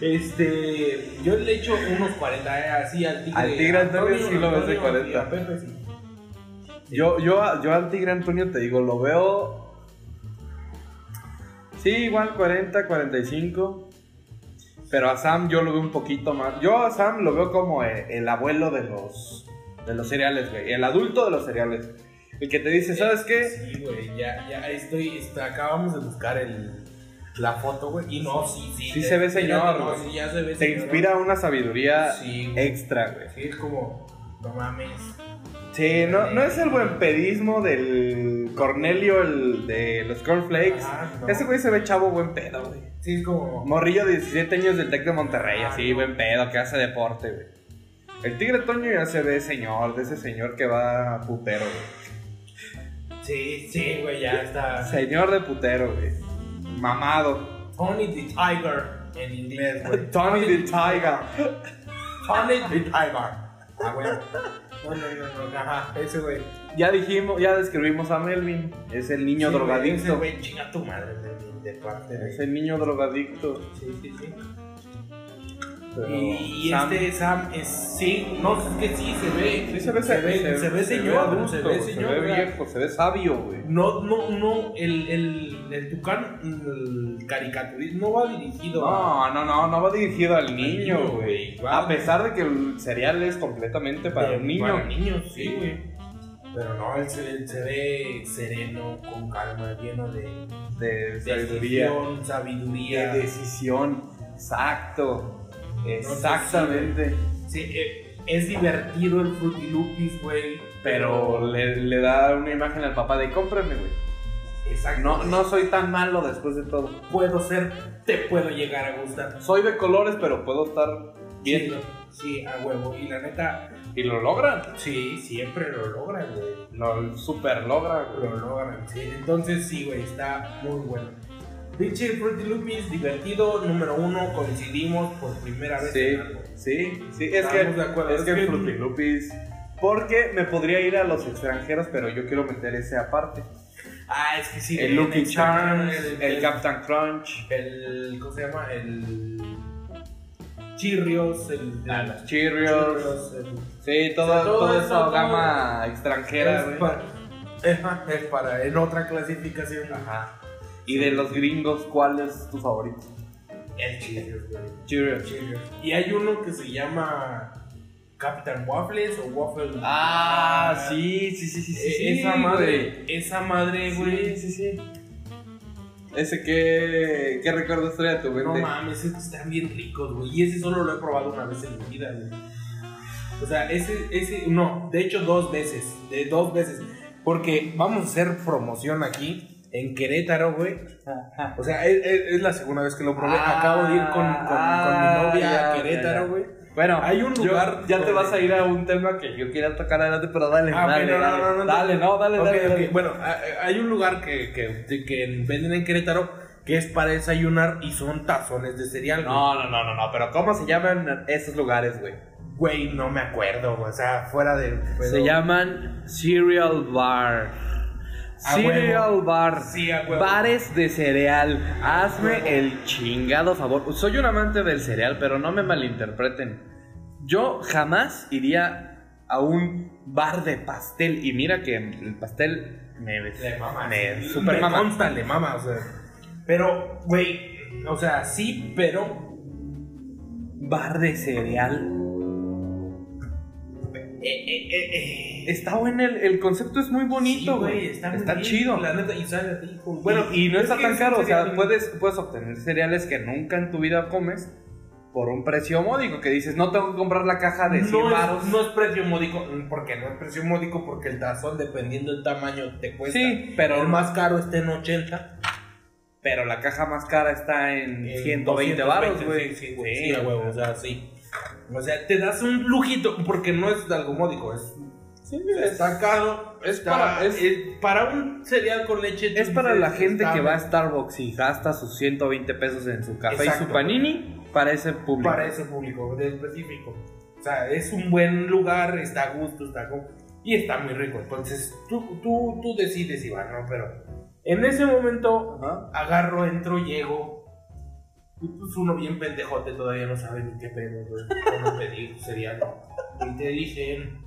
S3: Este, yo le echo unos 40 eh, así al tigre.
S2: Al tigre Antonio sí lo ves de
S3: Antonio
S2: 40.
S3: y a Pepe sí.
S2: Yo, yo, a- yo al Tigre Antonio te digo, lo veo. Sí, igual 40, 45. e, Pero a Sam yo lo veo un poquito más. Yo a Sam lo veo como eh, el, abuelo de los. De los cereales, güey. El adulto de los cereales. El que te dice, ¿sabes qué?
S3: Sí, güey, ya, ya estoy, está- acabamos de buscar el, la foto, güey. Y no, sí, sí.
S2: Sí
S3: te-
S2: se ve señor,
S3: No,
S2: güey.
S3: sí, ya se
S2: Te
S3: ve señor.
S2: inspira una sabiduría
S3: Sí, güey.
S2: extra, güey.
S3: Sí, es como, no mames.
S2: Sí, no, no es el buen pedismo del Cornelio, el de los cornflakes.
S3: Ajá, no.
S2: Ese güey se ve chavo buen pedo, güey.
S3: Sí, es como,
S2: Morrillo de 17 años del Tec de Monterrey,
S3: Ah,
S2: así,
S3: no.
S2: buen pedo, que hace deporte, güey. El Tigre Toño ya se ve señor, de ese señor que va a putero, güey.
S3: sí, sí, güey, ya está.
S2: Señor de putero, güey. Mamado.
S3: Tony the Tiger en inglés, güey.
S2: Tony the Tiger.
S3: Tony the Tiger. Ah, güey. No, no, no, no, ajá, ese güey.
S2: Ya dijimos, ya describimos a Melvin. Es el niño
S3: Sí, güey, Ese
S2: drogadicto.
S3: güey, chinga tu madre de, de parte de...
S2: es el niño drogadicto.
S3: Sí, sí, sí.
S2: pero
S3: Y, y
S2: Sam-
S3: este Sam es sí, no, es que sí se ve.
S2: Sí, se ve,
S3: se ve, se ve señor,
S2: adulto,
S3: se
S2: se
S3: ve
S2: ve
S3: señor. güey.
S2: viejo, se ve sabio, güey.
S3: No, no, no, el, el, el tucán, el caricaturismo no va dirigido. a-
S2: No, no, no, no va dirigido al niño,
S3: niño,
S2: güey.
S3: güey.
S2: A pesar de que el cereal es completamente para
S3: de-
S2: un niño.
S3: Para niños, sí, güey. Pero no, él se, él se ve sereno, con calma, lleno de,
S2: de
S3: de
S2: sabiduría.
S3: decisión,
S2: De
S3: sabiduría.
S2: decisión. Exacto. Exactamente.
S3: Sí, eh, es divertido el Fruity Loopies, güey.
S2: Pero le, le da una imagen al papá de cómprame, güey.
S3: Exacto.
S2: No, no soy tan malo después de todo.
S3: puedo ser, te puedo llegar a gustar.
S2: Soy de colores, pero puedo estar bien.
S3: Sí, a huevo. Y la neta,
S2: Y lo logran.
S3: sí, siempre lo logran, güey.
S2: Lo super logran, güey.
S3: Lo logran, sí. Entonces, sí, güey, está muy bueno. Pinche Fruity Loopies, divertido, número uno, coincidimos por primera vez
S2: Sí,
S3: en algo.
S2: sí, sí, es
S3: Estamos
S2: que,
S3: de acuerdo,
S2: es
S3: es
S2: que
S3: que-
S2: Fruity Loopies, porque me podría ir a los extranjeros, pero yo quiero meter ese aparte.
S3: Ah, es que sí.
S2: el
S3: güey,
S2: Lucky
S3: en
S2: Charms, el,
S3: el,
S2: Captain Crunch,
S3: el- ¿cómo se llama? El Chirrios, el...
S2: ah, los Cheerios,
S3: el-
S2: sí,
S3: O
S2: toda,
S3: sea, todo
S2: toda
S3: eso,
S2: esa
S3: todo-
S2: gama extranjera,
S3: es,
S2: güey.
S3: para, es pa- es para, en otra clasificación.
S2: Ajá. Y de los gringos, ¿cuál es tu favorito?
S3: El Cheerios, güey.
S2: Cheerios.
S3: Y hay uno que se llama Captain Waffles o Waffle.
S2: Ah, sí, sí, sí, sí, sí,
S3: E-
S2: sí,
S3: esa
S2: güey.
S3: madre, esa madre,
S2: Sí,
S3: güey.
S2: sí, sí. Ese que, que recuerdos trae a tu
S3: no
S2: mente.
S3: mames, estos están bien ricos, güey. Y ese solo lo he probado una vez en mi vida, güey. O sea, ese, ese, no, de hecho dos veces, de dos veces. Porque vamos a hacer promoción aquí en Querétaro, güey. O sea, es, es- es la segunda vez que lo probé.
S2: Ah,
S3: Acabo de ir con, con- con mi novia
S2: ah, ya,
S3: a
S2: ya,
S3: Querétaro,
S2: ya.
S3: güey.
S2: Bueno,
S3: Hay un
S2: yo-
S3: lugar
S2: ya te
S3: donde-
S2: vas a ir a un tema que yo quería tocar adelante, pero dale,
S3: Ah, ok,
S2: dale,
S3: no, no,
S2: dale,
S3: no, no, no.
S2: dale, no, dale,
S3: Ok,
S2: dale,
S3: ok.
S2: dale.
S3: Bueno, a- a- hay un lugar que, que- que venden en Querétaro que es para desayunar y son tazones de cereal.
S2: No, no, no, no, no, pero ¿cómo se llaman esos lugares, güey?
S3: Güey, Güey, no me acuerdo, o sea, fuera de...
S2: Se llaman Cereal Bar.
S3: A
S2: Cereal
S3: Ah, huevo.
S2: Bar.
S3: Sí, a huevo.
S2: Bares de cereal. Hazme el chingado favor. Soy un amante del cereal, pero no me malinterpreten. Yo jamás iría a un bar de pastel. Y mira que el pastel me,
S3: Le mama.
S2: me
S3: sí.
S2: super
S3: Me
S2: mama.
S3: consta, le mama, o sea. Pero, güey, o sea, sí, pero
S2: Bar de cereal.
S3: eh, eh, eh, eh.
S2: Está bueno, el, el concepto es muy bonito,
S3: Sí,
S2: güey.
S3: Está,
S2: Está,
S3: muy bien,
S2: chido.
S3: La neta, y sabe rico. güey.
S2: Bueno, y no
S3: Es
S2: está
S3: que
S2: tan
S3: es
S2: caro, o sea,
S3: cereal.
S2: puedes, puedes obtener cereales que nunca en tu vida comes por un precio módico, que dices, no tengo que comprar la caja de 100
S3: no
S2: baros.
S3: es, no es precio módico, Mm, porque no es precio módico porque el tazón dependiendo del tamaño te cuesta.
S2: Sí, pero-
S3: el más caro está en 80.
S2: Pero la caja más cara está en,
S3: en
S2: 120 baros, güey.
S3: Sí, sí, güey, sí, a huevo, o sea, sí. O sea, te das un lujito porque no es algo módico, es
S2: Sí, es,
S3: está caro,
S2: es
S3: está-
S2: para- es-
S3: es para un cereal con leche.
S2: es para la gente
S3: está-
S2: que va a Starbucks y gasta sus 120 pesos en su café y su
S3: Exacto.
S2: panini para ese público.
S3: para ese público de específico. O sea, es un buen lugar, está a gusto, está con... y está muy rico. Entonces, tú, tú, tú decides, Iván, ¿no? Pero en ese momento,
S2: Ajá.
S3: agarro, entro, llego. Y pues uno bien pendejote todavía no sabe ni qué pedo, güey. Cómo pedir cereal. Y te dicen,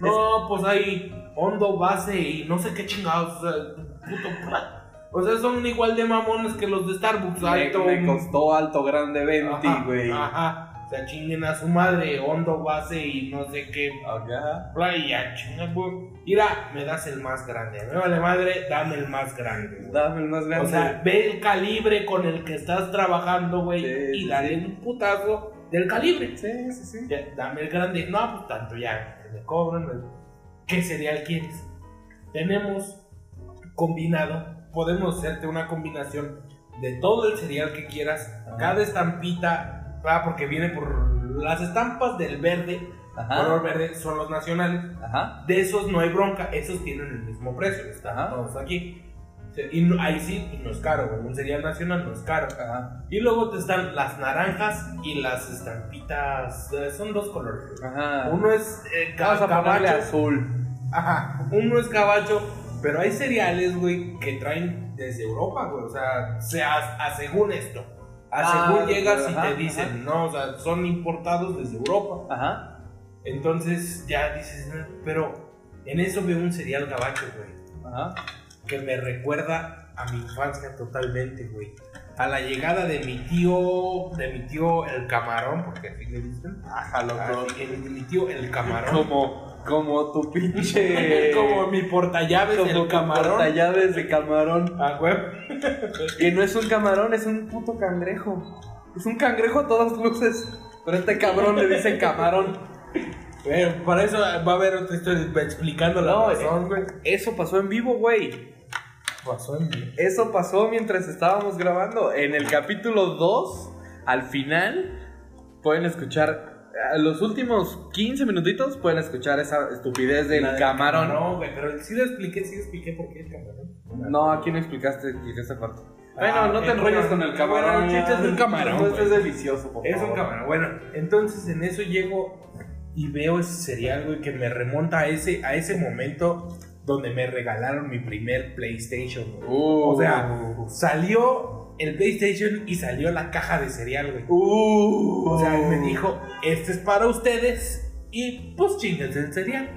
S3: no, pues hay hondo, base y no sé qué chingados. o sea, puto pla- O sea, son igual de mamones que los de Starbucks.
S6: Me,
S3: alto,
S6: me costó alto grande 20,
S3: Ajá,
S6: güey.
S3: Ajá. O sea, chinguen a su madre, hondo base y no sé qué.
S6: Ajá.
S3: Bla, y ya, chinga, güey. Mira, me das el más grande. Me vale madre, dame el más grande. güey.
S6: Dame el más
S3: O
S6: grande.
S3: sea, ve el calibre con el que estás trabajando, güey,
S6: Sí,
S3: y
S6: sí,
S3: dale
S6: sí.
S3: un putazo del calibre.
S6: sí, sí, sí.
S3: Ya, dame el grande. No, pues tanto ya, me cobran. me- ¿Qué cereal quieres? Tenemos combinado, podemos hacerte una combinación de todo el cereal que quieras, cada estampita, ah, porque viene por las estampas del verde, color
S2: Ajá.
S3: verde, son los nacionales.
S2: Ajá.
S3: De esos no hay bronca, esos tienen el mismo precio, están
S2: Ajá.
S3: todos aquí. Se- Y no- ahí sí, pues, no es caro, güey, un cereal nacional no es caro.
S2: Ajá.
S3: Y luego te están las naranjas y las estampitas, eh, son dos colores. güey.
S2: Ajá.
S3: Uno es eh, ca-
S2: Vamos a ponerle
S3: cabacho,
S2: azul.
S3: ajá, uno es cabacho, pero hay cereales, güey, que traen desde Europa, güey, o sea, se as- a según esto. A
S2: Ah,
S3: según llegas
S2: ajá,
S3: y te dicen,
S2: ajá.
S3: no, o sea, son importados desde Europa.
S2: Ajá.
S3: Entonces ya dices, "Ah", pero en eso veo un cereal gabacho, güey,
S2: Ajá.
S3: que me recuerda a mi infancia totalmente, güey. A la llegada de mi tío, de mi tío el camarón, porque así le dicen.
S6: Ajá, loco.
S3: Así, el- mi tío el camarón.
S2: Como, como tu pinche.
S3: Como mi portallaves
S2: Eh, como
S3: el
S2: tu
S3: camarón.
S2: portallaves de camarón.
S3: Ah, güey.
S2: Que no es un camarón, es un puto cangrejo. Es un cangrejo a todas luces. Pero este cabrón le dice camarón.
S3: Bueno, Eh, para eso va a haber otra historia explicando la
S2: No, eh.
S3: razón, güey.
S2: Eso pasó en vivo, güey.
S3: Pasó en mí.
S2: Eso pasó mientras estábamos grabando. En el capítulo 2, al final, pueden escuchar. a Los últimos 15 minutitos pueden escuchar esa estupidez del
S3: La del
S2: camarón.
S3: No, güey, pero sí lo expliqué, sí expliqué por qué el camarón.
S2: No, aquí no explicaste esa parte.
S3: Ah,
S2: Bueno, no te
S3: eh,
S2: enrolles
S3: bueno,
S2: con el camarón.
S3: bueno, el chiste es un camarón,
S2: Esto es
S3: güey.
S2: delicioso, por
S3: Es un
S2: favor.
S3: camarón. Bueno, entonces en eso llego y veo ese cereal, güey, que me remonta a ese, a ese momento donde me regalaron mi primer PlayStation, güey.
S2: Uh.
S3: O sea, salió el PlayStation y salió la caja de cereal, güey.
S2: Uh.
S3: O sea, él me dijo, este es para ustedes y pues chinguense el cereal.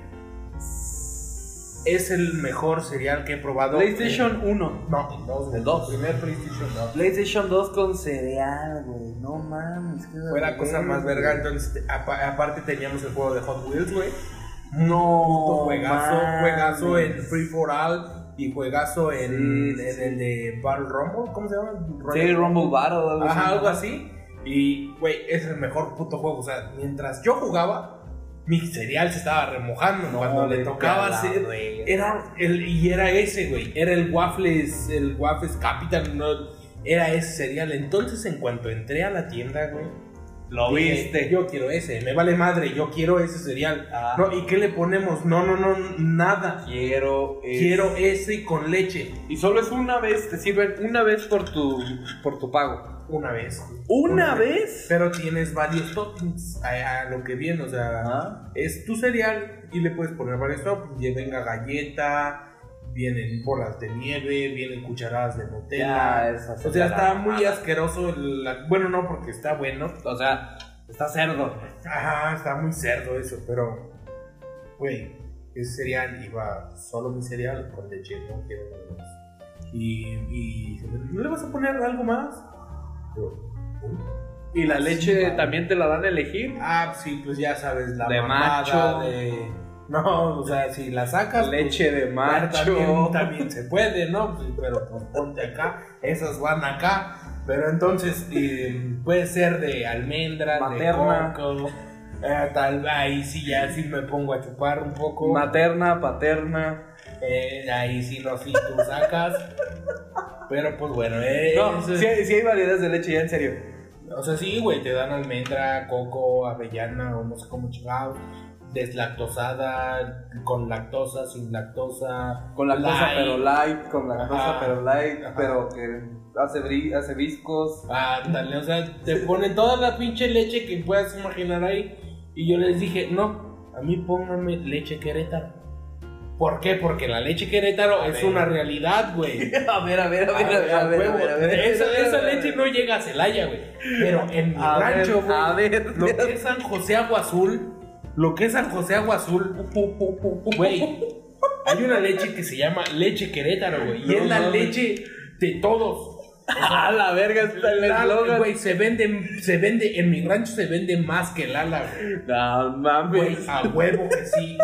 S3: Es el mejor cereal que he probado.
S2: PlayStation 1.
S3: No, el 2.
S2: El dos. Ah,
S3: Primer PlayStation 2.
S2: PlayStation 2 con cereal, güey. No mames. qué
S3: Fue la
S2: verga,
S3: cosa más
S2: güey.
S3: verga. Entonces, te- apa- aparte teníamos el juego de Hot Wheels, güey.
S2: No.
S3: juegazo,
S2: Oh, mames.
S3: juegazo en Free For All y juegazo en,
S2: Sí,
S3: en
S2: sí.
S3: el de Battle Rumble. ¿Cómo se llama?
S2: Sí, Rumble Battle. Algo
S3: Ajá,
S2: así.
S3: algo así. Y, güey, es el mejor puto juego. O sea, mientras yo jugaba, mi cereal se estaba remojando. Cuando le
S2: vete
S3: tocaba
S2: a la
S3: hacer-
S2: verga.
S3: Era el, y era ese, güey. Era el Waffles, el Waffles Capital. No, era ese cereal. Entonces, en cuanto entré a la tienda, güey.
S2: Lo
S3: dije,
S2: viste.
S3: Yo quiero ese, me vale madre, yo quiero ese cereal.
S2: Ah.
S3: No, ¿y qué le ponemos? No, no, no, nada.
S2: Quiero. eh, es-
S3: Quiero ese con leche.
S2: Y solo es una vez, te sirven una vez por tu, por tu pago.
S3: Una vez.
S2: ¿Una vez?
S3: Pero tienes varios toppings a, a lo que viene, o sea,
S2: Ajá.
S3: es tu cereal y le puedes poner varios toppings. Ya venga galleta, vienen bolas de nieve, vienen cucharadas de Nutella.
S2: esa
S3: o
S2: la-
S3: sea, está muy asqueroso. la- bueno, no, porque está bueno.
S2: O sea, está cerdo.
S3: Ajá, está muy cerdo eso, pero, güey, ese cereal iba solo mi cereal con leche, no quiero nada más. Y, y, ¿no le vas a poner algo más? Yo, "Uy".
S2: ¿Y la
S3: Sí,
S2: leche
S3: vale.
S2: también te la dan a elegir?
S3: Ah, sí, pues ya sabes, la
S2: De
S3: mamada
S2: macho.
S3: de- No, o sea, si la sacas... pues,
S2: Leche de
S3: ya
S2: macho.
S3: También, también se puede, ¿no? Pues, Pero pues, ponte acá, esas van acá. Pero entonces eh, puede ser de almendra,
S2: Materna.
S3: de coco. eh, tal vez ahí sí, ya sí me pongo a chupar un poco.
S2: Materna, paterna.
S3: Eh, ahí sí, no, sí, tú sacas. Pero pues bueno, eh,
S2: No,
S3: eso
S2: sí,
S3: es-
S2: hay- sí hay variedades de leche, ya en serio.
S3: o sea, sí, güey, te dan almendra, coco, avellana o no sé cómo chingado. Deslactosada, con lactosa, sin lactosa.
S2: Con lactosa
S3: Light.
S2: pero light, con lactosa
S3: Ajá.
S2: pero light,
S3: Ajá.
S2: pero que hace, bri- hace viscos.
S3: Ándale, o sea, te ponen toda la pinche leche que puedas imaginar ahí. Y yo les dije, no, a mí pónganme leche querétaro. ¿Por qué? Porque la leche querétaro es
S2: ver.
S3: una realidad, güey.
S2: A ver, a ver,
S3: Ah, huevo. Esa esa leche no llega a Celaya, güey. Pero en mi
S2: A ver,
S3: rancho, güey.
S2: a ver,
S3: Lo que es San José Agua Azul. Lo que es San José Agua Azul. Güey. Hay una leche que se llama leche querétaro, güey. Y
S2: No
S3: es la
S2: mames.
S3: leche de todos.
S2: A la verga está el
S3: Lala,
S2: eslogan.
S3: güey, se vende, se vende, en mi rancho se vende más que Lala, güey.
S2: No
S3: Güey,
S2: mames.
S3: a huevo que sí.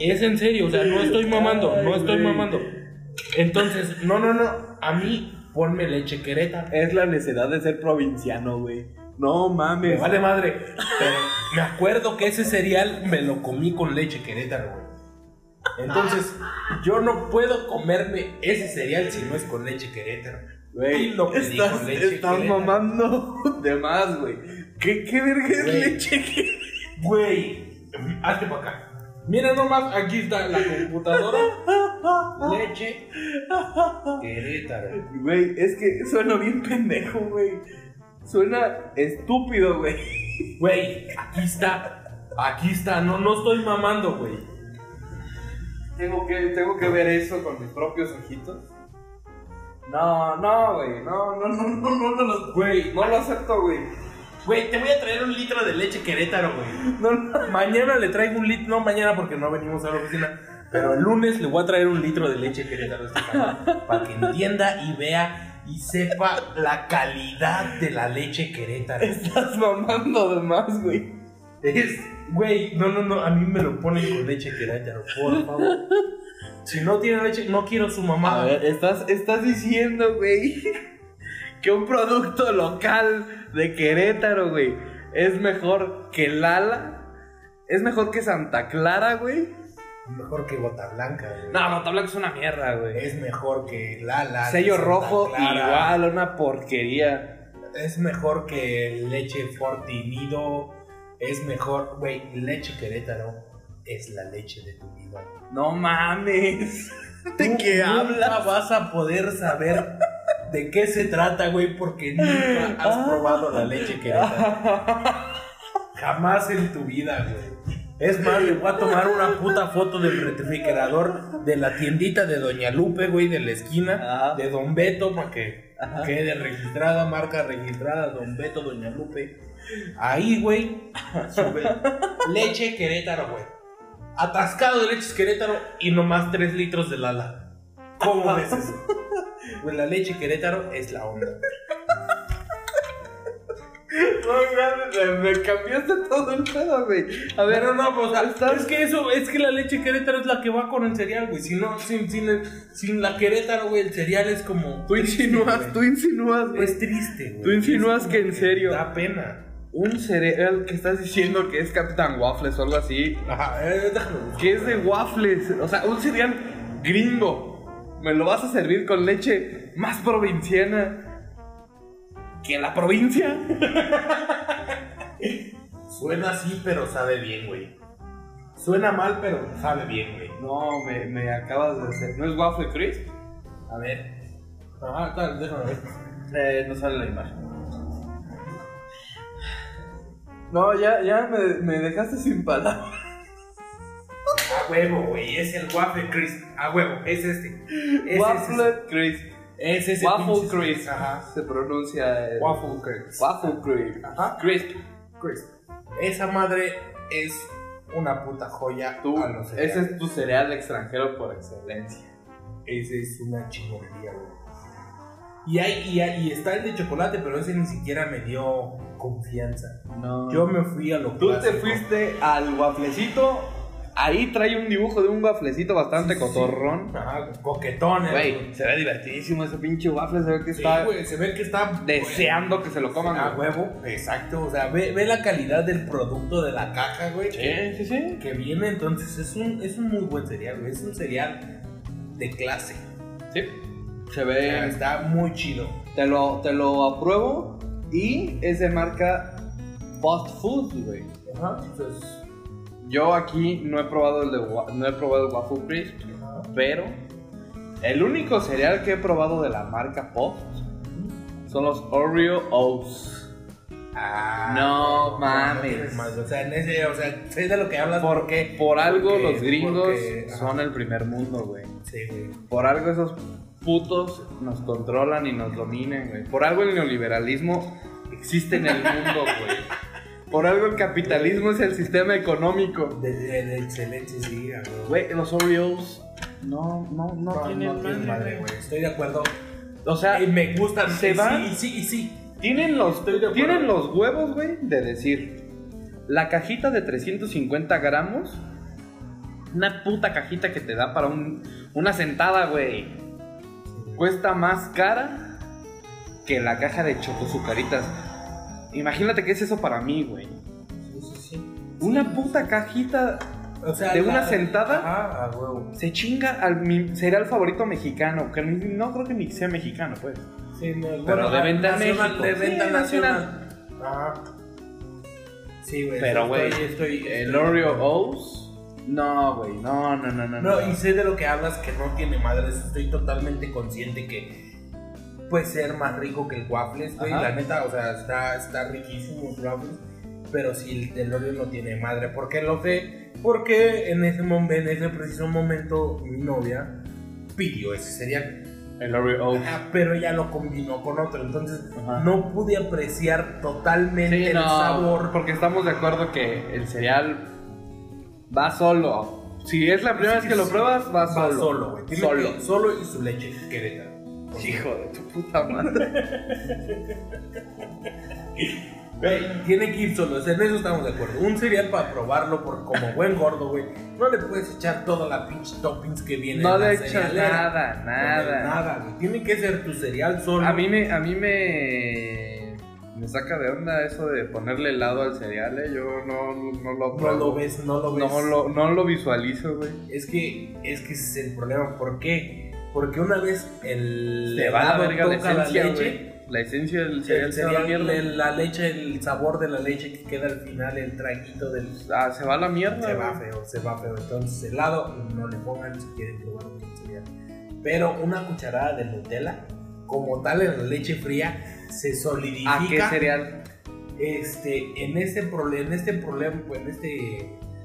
S3: Es en serio, o sea, no estoy mamando, no estoy mamando. Entonces, no, no, no, a mí ponme leche quereta.
S2: Es la necesidad de ser provinciano, güey. No
S3: Me
S2: mames.
S3: vale madre. Pero me acuerdo que ese cereal me lo comí con leche querétaro, güey. Entonces, yo no puedo comerme ese cereal si no es con leche querétaro.
S2: Güey,
S3: Y lo pedí con
S2: estás,
S3: leche
S2: estás
S3: querétaro.
S2: mamando de más, güey. ¿Qué, qué verga es
S3: Güey.
S2: leche que-
S3: Güey, hazte para acá. Mira nomás, aquí está la computadora. Leche. Querétaro.
S2: Güey, es que suena bien pendejo, güey. Suena estúpido, güey.
S3: Güey, aquí está. Aquí está. No, no estoy mamando, güey.
S6: Tengo que, tengo que ver eso con mis propios ojitos. No, no, güey. No, no, no, no, no, no, lo- güey. No lo acepto, güey.
S3: Güey, te voy a traer un litro de leche querétaro, güey.
S6: No, no.
S3: Mañana le traigo un litro. No, mañana porque no venimos a la oficina. Pero el lunes le voy a traer un litro de leche querétaro a este cabrón, Para que entienda y vea y sepa la calidad de la leche querétaro.
S2: Estás mamando de más, güey.
S3: Es, güey, no, no, no, a mí me lo ponen con leche querétaro, por favor. Si no tiene leche, no quiero su
S2: A
S3: mamá.
S2: ver, estás, estás diciendo, güey, que un producto local de Querétaro, güey, es mejor que Lala, es mejor que Santa Clara, güey.
S3: Mejor que Gota Blanca, güey.
S2: No, no, es una mierda, güey.
S3: Es mejor que Lala.
S2: Sello
S3: que Santa
S2: rojo,
S3: Clara.
S2: igual, una porquería.
S3: Es mejor que leche Fortinido. Es mejor, güey, leche querétaro es la leche de tu vida.
S2: No mames.
S3: Tú
S2: ¿De qué hablas?
S3: Nunca vas a poder saber de qué se trata, güey, porque nunca has probado la leche querétaro. Jamás en tu vida, güey. Es más, le voy a tomar una puta foto del refrigerador de la tiendita de Doña Lupe, güey, de la esquina,
S6: Ah.
S2: Ajá.
S3: de Don Beto, para que quede registrada, marca registrada, Don Beto, Doña Lupe. Ahí, güey, sube leche querétaro, güey. Atascado de leches querétaro y nomás 3 litros de Lala. ¿Cómo ves eso? Pues la leche querétaro es la onda.
S2: No mames, me- me cambiaste todo el pedo, güey. A ver,
S3: Pero no, pues es que eso, es que la leche querétaro es la que va con el cereal, güey. Si no, sin, sin, el- sin la querétaro, güey, el cereal es como.
S2: tú insinúas, tú insinúas, güey.
S3: Es triste, güey.
S2: Tú insinúas
S3: Es
S2: que en
S3: como
S2: serio.
S3: Da pena.
S2: Un cereal que estás diciendo que es Captain Waffles o algo así,
S3: Ajá, eh, déjalo. buscar.
S2: que es de waffles, o sea, un cereal gringo. Me lo vas a servir con leche más provinciana que la provincia.
S3: Suena así, pero sabe bien, güey. Suena mal, pero sabe bien, güey.
S6: No, me, me acabas de hacer.
S2: ¿No es waffle crisp?
S3: A ver. Ajá, claro, déjame ver.
S6: Eh, no sale la imagen. No, ya, ya me, me dejaste sin palabras.
S3: A huevo, güey, es el waffle crisp. A huevo, es este. Es
S6: Waffle
S3: ese.
S6: crisp.
S3: Es ese
S2: Waffle
S3: pinche-
S2: crisp.
S3: Ajá.
S6: Se pronuncia. eh,
S3: Waffle crisp.
S6: Waffle crisp.
S3: Ajá.
S2: Ah, Crisp.
S3: Crisp. Esa madre es una puta joya.
S6: Tú,
S3: a los
S6: ese
S3: cereales.
S6: es tu cereal extranjero por excelencia.
S3: Ese es una chingonería, güey. Y, hay, y, hay- y está el de chocolate, pero ese ni siquiera me dio confianza.
S6: No.
S3: Yo me fui a lo
S6: Tú te
S3: clásico.
S6: fuiste al waflecito.
S2: Ahí trae un dibujo de un wafflecito bastante cotorrón.
S3: Ajá, coquetón, eh,
S2: Güey, se ve divertidísimo ese pinche waffle, se ve que
S3: Sí,
S2: está
S3: güey, Ah, se ve que está
S2: deseando que se lo coman.
S3: A
S2: güey.
S3: huevo, exacto. O sea, ve, ve la calidad del producto de la caja, güey. que-
S2: Sí, sí, sí.
S3: Que viene, entonces es un, es un muy buen cereal, güey. Es un cereal de clase.
S2: Sí. Se
S3: O sea,
S2: ve.
S3: está muy chido.
S2: Te lo, te lo apruebo. Y es de marca Fast Food, güey.
S3: Ajá. Entonces,
S2: Yo aquí no he probado el de wa- no he probado el Waffle Crisp, pero el único cereal que he probado de la marca Pop son los Oreo O's.
S3: ah,
S2: No
S3: güey,
S2: mames.
S3: tienes más, o sea, en ese, o sea, sé de lo que hablas.
S2: Porque por algo
S3: Porque-
S2: los gringos
S3: porque- ajá.
S2: son el primer mundo, güey.
S3: Sí, güey.
S2: Por algo esos putos nos controlan y nos dominan, güey. Por algo el neoliberalismo existe en el mundo, güey. Por algo el capitalismo es el sistema económico.
S3: De, de- de excelente, sí, a huevo.
S2: Güey, los Oreos no, no, no,
S3: No,
S2: tienen
S3: no tiene
S2: madre,
S3: madre, güey. Estoy de acuerdo.
S2: O sea,
S3: Eh, me gustan.
S2: se
S3: eh,
S2: van.
S3: Sí, sí, sí.
S2: tienen los,
S3: Estoy de acuerdo.
S2: tienen los huevos, güey, de decir. La cajita de 350 gramos. Una puta cajita que te da para un- una sentada, güey. Cuesta más cara que la caja de chocosucaritas. Imagínate qué es eso para mí, güey.
S3: Sí, sí, sí.
S2: Una puta cajita
S3: O sea,
S2: de
S3: la-
S2: una sentada
S3: Ah, a huevo.
S2: se chinga al mi cereal favorito mexicano. Que ni- no creo que ni sea mexicano, pues.
S3: Sí, no, Pero
S2: de venta en
S3: nacional,
S2: México.
S3: De venta
S2: Sí,
S3: nacional. Ajá. Sí, güey.
S2: Pero, güey,
S3: estoy, estoy,
S2: El
S3: estoy-
S2: Oreo O's. No, güey. No, no, no, no.
S3: No, y sé de lo que hablas que no tiene madres. Estoy totalmente consciente que puede ser más rico que el waffles, güey.
S2: Ajá.
S3: La neta, o sea, está, está riquísimo el waffles. Pero sí, el, el Oreo no tiene madre. ¿Por qué lo sé? Porque en ese, mom- en ese preciso momento mi novia pidió ese cereal.
S2: El Oreo O's.
S3: Ajá, pero ella lo combinó con otro. Entonces
S2: Ajá.
S3: no pude apreciar totalmente
S2: Sí,
S3: el
S2: no,
S3: sabor.
S2: Porque estamos de acuerdo que el cereal va solo. Si es la primera vez que lo
S3: Sí,
S2: pruebas, va
S3: Va
S2: solo.
S3: solo, güey. Tiene
S2: Solo.
S3: que- Solo y su leche, Querétaro.
S2: Hijo de tu puta madre.
S3: Güey, tiene que ir solo, o sea, en eso estamos de acuerdo. Un cereal para probarlo por como buen gordo, güey. No le puedes echar toda la pinche toppings que viene
S2: No
S3: en la
S2: le echas
S3: cerealera.
S2: nada,
S3: No,
S2: nada.
S3: Nada, güey. Tiene que ser tu cereal solo.
S2: A mí me, a mí me, me saca de onda eso de ponerle helado al cereal. eh. Yo no, no lo
S3: no
S2: pruebo.
S3: lo ves, no lo ves.
S2: No lo, no lo visualizo, güey.
S3: Es que es que ese es el problema, ¿por qué? Porque una vez el
S2: Te va a la
S3: helado
S2: verga la
S3: toca
S2: esencia,
S3: leche,
S2: güey. La esencia del cereal,
S3: el
S2: se va a la
S3: cereal,
S2: mierda.
S3: el- la leche, el sabor de la leche que queda al final, el traguito del
S2: Ah, se va a la mierda.
S3: Se va
S2: güey.
S3: feo, se va feo. Entonces, helado no le pongan si quieren probar un buen cereal. Pero una cucharada de Nutella, como tal en la leche fría, se solidifica.
S2: ¿A qué cereal?
S3: Este, en este problema, en este problema, pues en este,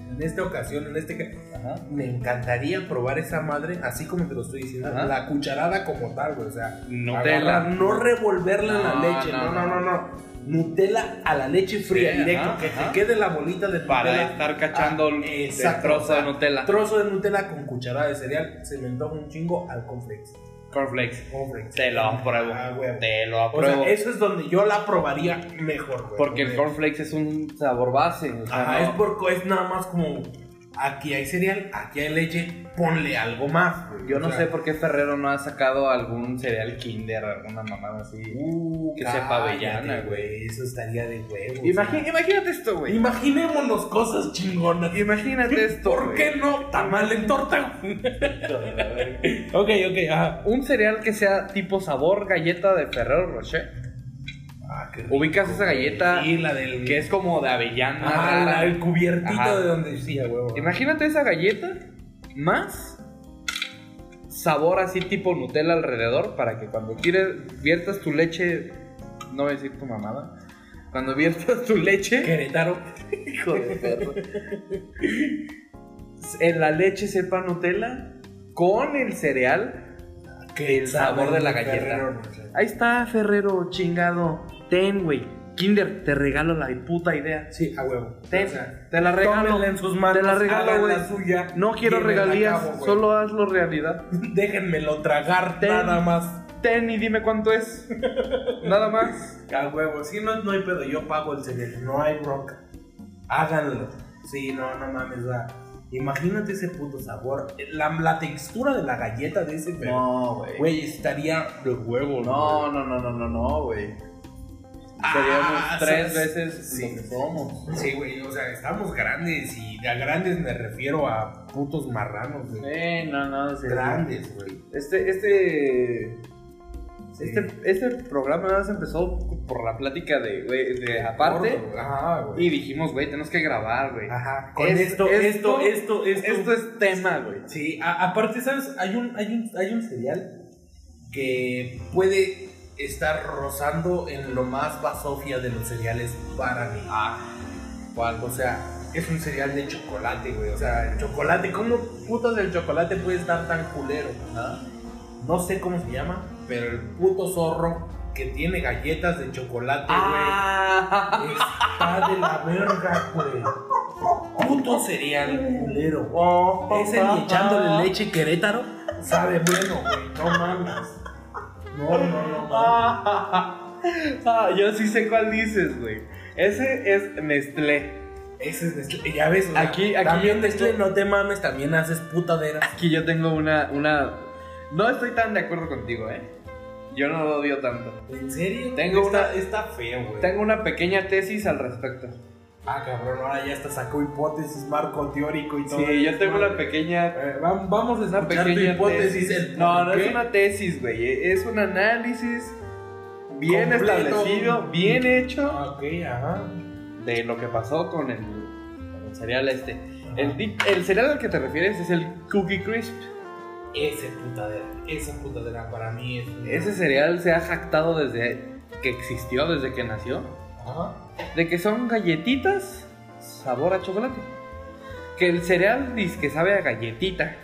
S3: en esta ocasión, en este, ca-
S2: Ajá.
S3: me encantaría probar esa madre, así como te lo estoy diciendo,
S2: Ajá.
S3: la cucharada como tal, güey, o sea,
S2: Nutella.
S3: agarrar, no revolverla en la
S2: No,
S3: leche,
S2: no,
S3: no, no,
S2: no.
S3: no, no, Nutella a la leche fría,
S2: Sí,
S3: directo,
S2: ajá,
S3: que
S2: ajá.
S3: te quede la bolita de
S2: Para
S3: Nutella
S2: estar cachando
S3: Ah,
S2: el
S3: exacto,
S2: trozo de
S3: o sea,
S2: Nutella.
S3: Trozo de Nutella con cucharada de cereal se me antoja un chingo al cornflakes.
S2: Cornflakes.
S3: Cornflakes.
S2: Te lo apruebo.
S3: Ah, güey.
S2: Te lo
S3: O
S2: apruebo.
S3: sea, eso es donde yo la probaría mejor, güey.
S2: Porque el cornflakes es un sabor base. o sea,
S3: Ajá,
S2: no-
S3: es por- es nada más como aquí hay cereal, aquí hay leche, ponle algo más, güey.
S2: Yo
S3: O
S2: no
S3: sea,
S2: sé por qué Ferrero no ha sacado algún cereal Kinder, alguna mamada así.
S3: uh,
S2: que sepa
S3: cállate,
S2: avellana,
S3: güey. Eso estaría de huevo.
S2: Imagi- imagínate esto, güey.
S3: Imaginémonos cosas chingonas.
S2: Imagínate esto.
S3: ¿Por
S2: güey.
S3: qué no tamal en torta? güey? ok, ok, ajá.
S2: Un cereal que sea tipo sabor galleta de Ferrero Rocher.
S3: Ah, qué rico,
S2: Ubicas esa
S3: güey.
S2: galleta
S3: Sí, la del
S2: Que es como de avellana.
S3: Ah,
S2: rala.
S3: la- el cubiertito
S2: Ajá.
S3: de donde decía, huevo.
S2: Imagínate esa galleta más sabor así tipo Nutella alrededor para que cuando quieres viertas tu leche, no voy a decir tu mamada, cuando viertas tu leche,
S3: Querétaro.
S2: hijo de perro, en la leche sepa Nutella con el cereal.
S3: Que
S2: el sabor de la galleta. Ahí está Ferrero chingado, ten güey, Kinder te regalo la puta idea.
S3: Sí, a huevo.
S2: Ten,
S3: O sea,
S2: te la regalo.
S3: tómenla en sus manos.
S2: Te la regalo,
S3: hagan
S2: güey.
S3: la suya.
S2: No quiero
S3: llévenla a
S2: regalías,
S3: cabo, güey.
S2: solo hazlo realidad.
S3: Déjenmelo tragar
S2: Ten.
S3: nada más.
S2: Ten y dime cuánto es. Nada más.
S3: A huevo. Si no, no hay pedo. Yo pago el cereal. No hay bronca. Háganlo. Sí, no, no mames. o sea, Imagínate ese puto sabor. La, la textura de la galleta de ese pedo.
S2: No,
S3: Güey, estaría de huevo,
S2: No, no, no, no, no, no, güey.
S3: Ah,
S2: Seríamos tres
S3: ¿sabes?
S2: veces
S3: Sí.
S2: lo que somos.
S3: Sí, güey, o sea, estamos grandes y a grandes me refiero a putos marranos, güey.
S2: Eh, no, no, sí.
S3: Grandes, güey.
S2: Este, este.
S3: Sí.
S2: Este, este programa nada más empezó por la plática de, güey, de aparte.
S3: Gordo, Ajá,
S2: Y
S3: güey. Ah.
S2: dijimos, güey, tenemos que grabar, güey.
S3: Ajá. Con
S2: Es-
S3: esto,
S2: esto-
S3: esto, esto, esto,
S2: Esto es tema, güey.
S3: Sí, a- aparte, ¿sabes? Hay un, hay un, hay un cereal que puede estar rozando en lo más basofia de los cereales para mí.
S2: Ah,
S3: ¿Cuál? O sea, es un cereal de chocolate, güey. O sea, el chocolate, ¿cómo putas el chocolate puede estar tan culero? ¿Ah? No sé cómo se llama, pero el puto zorro que tiene galletas de chocolate,
S2: Ah,
S3: güey. Está de la verga, güey. Puto cereal culero.
S2: Oh,
S3: Oh, Ese ni echándole leche querétaro sabe bueno, güey. No mames. No, no, no. no.
S2: Ah, yo sí sé cuál dices, güey. Ese es Nestlé.
S3: Ese es Nestlé. Ya ves, o sea,
S2: Aquí- aquí
S3: también
S2: yo
S3: Nestlé,
S2: tengo-
S3: no te mames, también haces putaderas.
S2: Aquí yo tengo una, una. No estoy tan de acuerdo contigo, eh. Yo no lo odio tanto.
S3: ¿En serio?
S2: Tengo
S3: está,
S2: una-
S3: está feo, güey.
S2: Tengo una pequeña tesis al respecto.
S3: Ah, cabrón, ahora ya hasta sacó hipótesis, marco teórico y todo.
S2: Sí, yo tengo una
S3: una
S2: pequeña
S3: eh, Vamos a
S2: una
S3: escuchar tu
S2: pequeña
S3: hipótesis.
S2: tesis.
S3: el
S2: No,
S3: por
S2: no
S3: qué.
S2: es una tesis, güey. e- Es un análisis bien
S3: Completo.
S2: establecido, bien hecho
S3: Ah, ok, ajá.
S2: de lo que pasó con el, con el cereal este. El, di- el cereal al que te refieres es el Cookie Crisp.
S3: Ese putadera, esa putadera para mí es.
S2: Ese cereal se ha jactado desde que existió, desde que nació,
S3: Ajá.
S2: de que son galletitas sabor a chocolate. Que el cereal dice que sabe a galletita.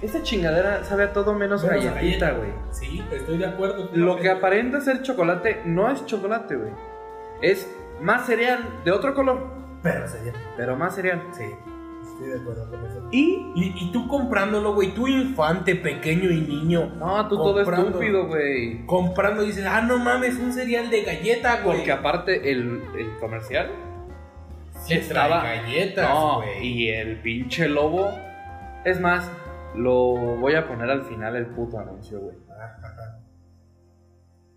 S2: Esta chingadera sabe a todo menos
S3: Menos a
S2: galletita,
S3: galleta.
S2: güey.
S3: Sí, estoy de acuerdo.
S2: Lo que aparenta ser chocolate no es chocolate, güey. Es más cereal de otro color,
S3: Pero sería.
S2: pero más cereal.
S3: Sí, estoy de acuerdo con eso.
S2: Y
S3: Y, y tú comprándolo, güey, tú infante, pequeño y niño,
S2: no, tú todo
S3: Comprando.
S2: estúpido, güey.
S3: comprando dices, ah, no mames, un cereal de galleta, güey.
S2: Porque aparte el, el comercial
S3: Sí
S2: estaba-
S3: trae galletas,
S2: No,
S3: güey.
S2: y el pinche lobo. Es más, lo voy a poner al final el puto anuncio, güey.
S3: Ah,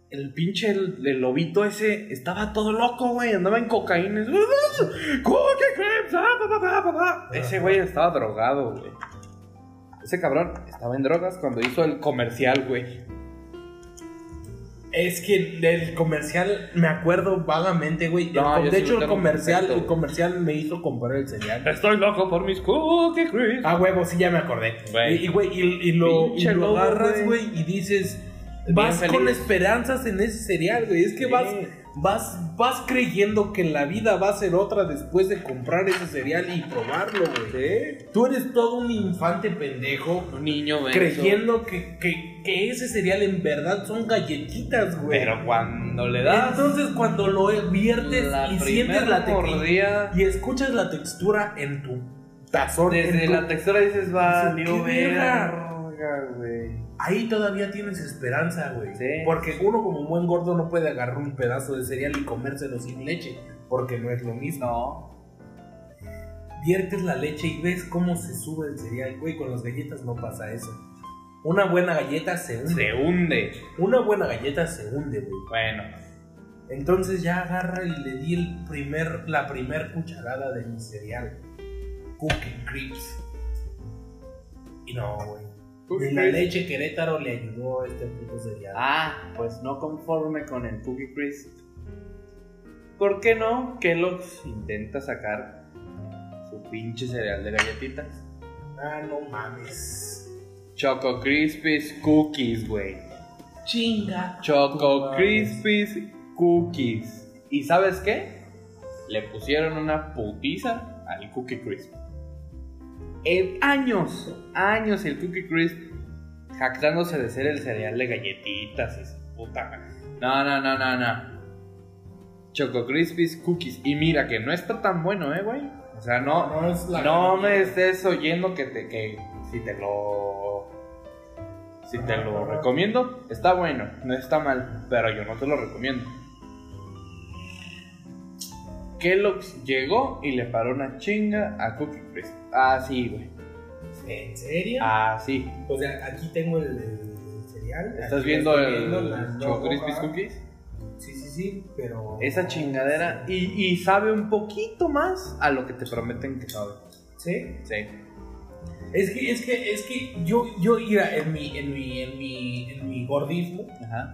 S2: El pinche el, el lobito ese estaba todo loco, güey. Andaba en cocaína. "Ah, Cookie Crisp, ah, pa, pa, pa, pa, pa. Ese güey estaba drogado, güey. Ese cabrón estaba en drogas cuando hizo el comercial, güey.
S3: Es que el comercial, me acuerdo vagamente, güey. El
S2: No,
S3: com-
S2: yo
S3: de
S2: sí
S3: hecho,
S2: lo
S3: el
S2: tengo
S3: comercial,
S2: perfecto,
S3: el comercial me hizo comprar el cereal.
S2: Estoy loco por mis Cookie Crisp.
S3: Ah, huevo, sí, ya me acordé.
S2: Güey.
S3: Y, y, güey, y, y lo, y
S2: Pinche
S3: lo
S2: lobo,
S3: agarras,
S2: güey.
S3: güey, y dices,
S2: Bien
S3: vas con
S2: feliz.
S3: esperanzas en ese cereal, güey. Es que
S2: Sí.
S3: vas, vas, vas creyendo que la vida va a ser otra después de comprar ese cereal y probarlo, güey. Tú eres todo un infante pendejo
S2: Un niño, güey.
S3: creyendo que, que, que ese cereal en verdad son galletitas, güey.
S2: Pero cuando le das.
S3: Entonces cuando lo viertes
S2: La
S3: y sientes la textura
S2: mordida
S3: y escuchas la textura en tu tazón,
S2: desde
S3: en tu-
S2: la textura dices
S3: Dices,
S2: valió
S3: "¿Qué verga?".
S2: verga, güey.
S3: ahí todavía tienes esperanza, güey.
S2: Sí.
S3: Porque uno como un buen gordo no puede agarrar un pedazo de cereal y comérselo sin leche, porque no es lo mismo.
S2: No,
S3: Viertes la leche y ves cómo se sube el cereal, güey. Con las galletas no pasa eso. Una buena galleta se hunde.
S2: se hunde.
S3: Una buena galleta se hunde, güey.
S2: Bueno,
S3: Entonces ya agarra y le di el primer, la primer cucharada de mi cereal. Cookie Crisps. Y no, güey.
S2: Cookie
S3: Ni la
S2: Crisp.
S3: leche Querétaro le ayudó a este puto cereal.
S2: ah, pues no conforme con el Cookie Crisp. ¿Por qué no? Kellogg's intenta sacar su pinche cereal de galletitas.
S3: Ah, no mames.
S2: Choco Crispies Cookies, güey.
S3: Chinga.
S2: Choco
S3: Wow.
S2: Crispies Cookies. ¿Y sabes qué? Le pusieron una putiza al Cookie Crisp. En años, años el Cookie Crisp jactándose de ser el cereal de galletitas y su puta. madre. No, no, no, no, no. Choco Crispies Cookies. Y mira que no está tan bueno, eh, güey. O sea, no,
S3: No es la
S2: no me
S3: galleta.
S2: estés oyendo que te que si te lo si te
S3: Ajá,
S2: lo
S3: ajá.
S2: recomiendo, está bueno, no está mal, pero yo no te lo recomiendo. Kellogg's llegó y le paró una chinga a Cookie Crisp. Así, güey.
S3: ¿En serio?
S2: Ah, Así.
S3: O sea, aquí tengo el, el cereal.
S2: ¿Estás
S3: aquí
S2: viendo
S3: estoy
S2: el
S3: viendo las dos
S2: Choco Crispies
S3: hojas.
S2: Cookies?
S3: Sí, sí, sí, pero...
S2: Esa chingadera y, y sabe un poquito más a lo que te prometen que sabe.
S3: Sí.
S2: Sí.
S3: Es que, es que, es que yo, yo mira, en mi, en mi, en mi, en mi gordismo,
S2: Ajá.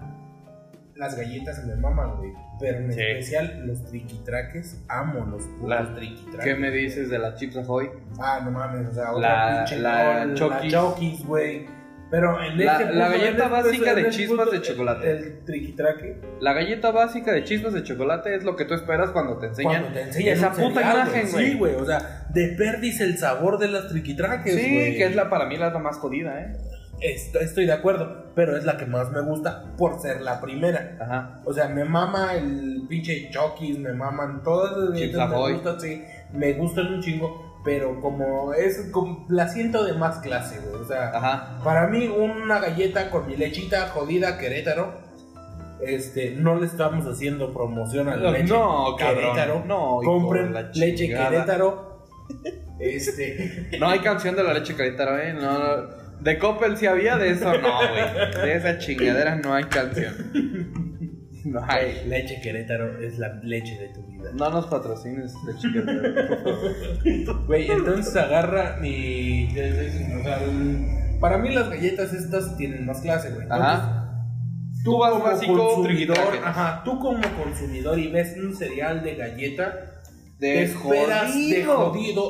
S3: las galletas me maman, güey. Pero en
S2: Sí.
S3: especial los triquitraques, amo los putos
S2: Las-
S3: triquitraques.
S2: ¿Qué me dices de la Chips Ahoy?
S3: Ah, no mames, o sea,
S2: La-
S3: otra pinche
S2: la
S3: col,
S2: Chokis.
S3: la Chokis, güey. Pero en
S2: La-
S3: este
S2: la
S3: punto,
S2: galleta
S3: en este
S2: básica
S3: punto,
S2: de
S3: en este
S2: chispas
S3: punto,
S2: de chocolate.
S3: El, el triquitraque.
S2: La galleta básica de chispas de chocolate es lo que tú esperas cuando te enseñan,
S3: cuando te enseñan
S2: esa
S3: un
S2: puta
S3: cereal,
S2: imagen, güey.
S3: Sí, güey, o sea, de perdiz el sabor de las triquitraques,
S2: Sí,
S3: güey.
S2: que es la para mí la más jodida, ¿eh?
S3: Estoy, estoy de acuerdo, pero es la que más me gusta por ser la primera.
S2: Ajá.
S3: O sea, me mama el pinche Chokis, me maman todas las
S2: Chips
S3: galletas, me
S2: Ahoy.
S3: gustan, sí, me gustan un chingo, Pero como es como la siento de más clase, güey. O sea,
S2: Ajá.
S3: para mí una galleta con mi lechita jodida Querétaro, este, no le estamos haciendo promoción a la leche
S2: No, cabrón.
S3: Querétaro.
S2: No, hijo de
S3: Compren
S2: la
S3: leche
S2: chingada.
S3: Querétaro. Este,
S2: No hay canción de la leche Querétaro, eh. No, no. De Coppel sí había, de eso no, güey. De esas chingaderas no hay canción. No hay.
S3: leche Querétaro es la leche de tu vida.
S2: No nos patrocines, leche Querétaro, por favor.
S3: Güey, entonces agarra y. o sea, el- para mí las galletas estas tienen más clase, güey. Entonces,
S2: Ajá. Tú vas
S3: como
S2: básico,
S3: consumidor,
S2: triquitraque.
S3: ajá, tú como consumidor y ves un cereal de galleta, te
S2: De
S3: esperas de
S2: jodido.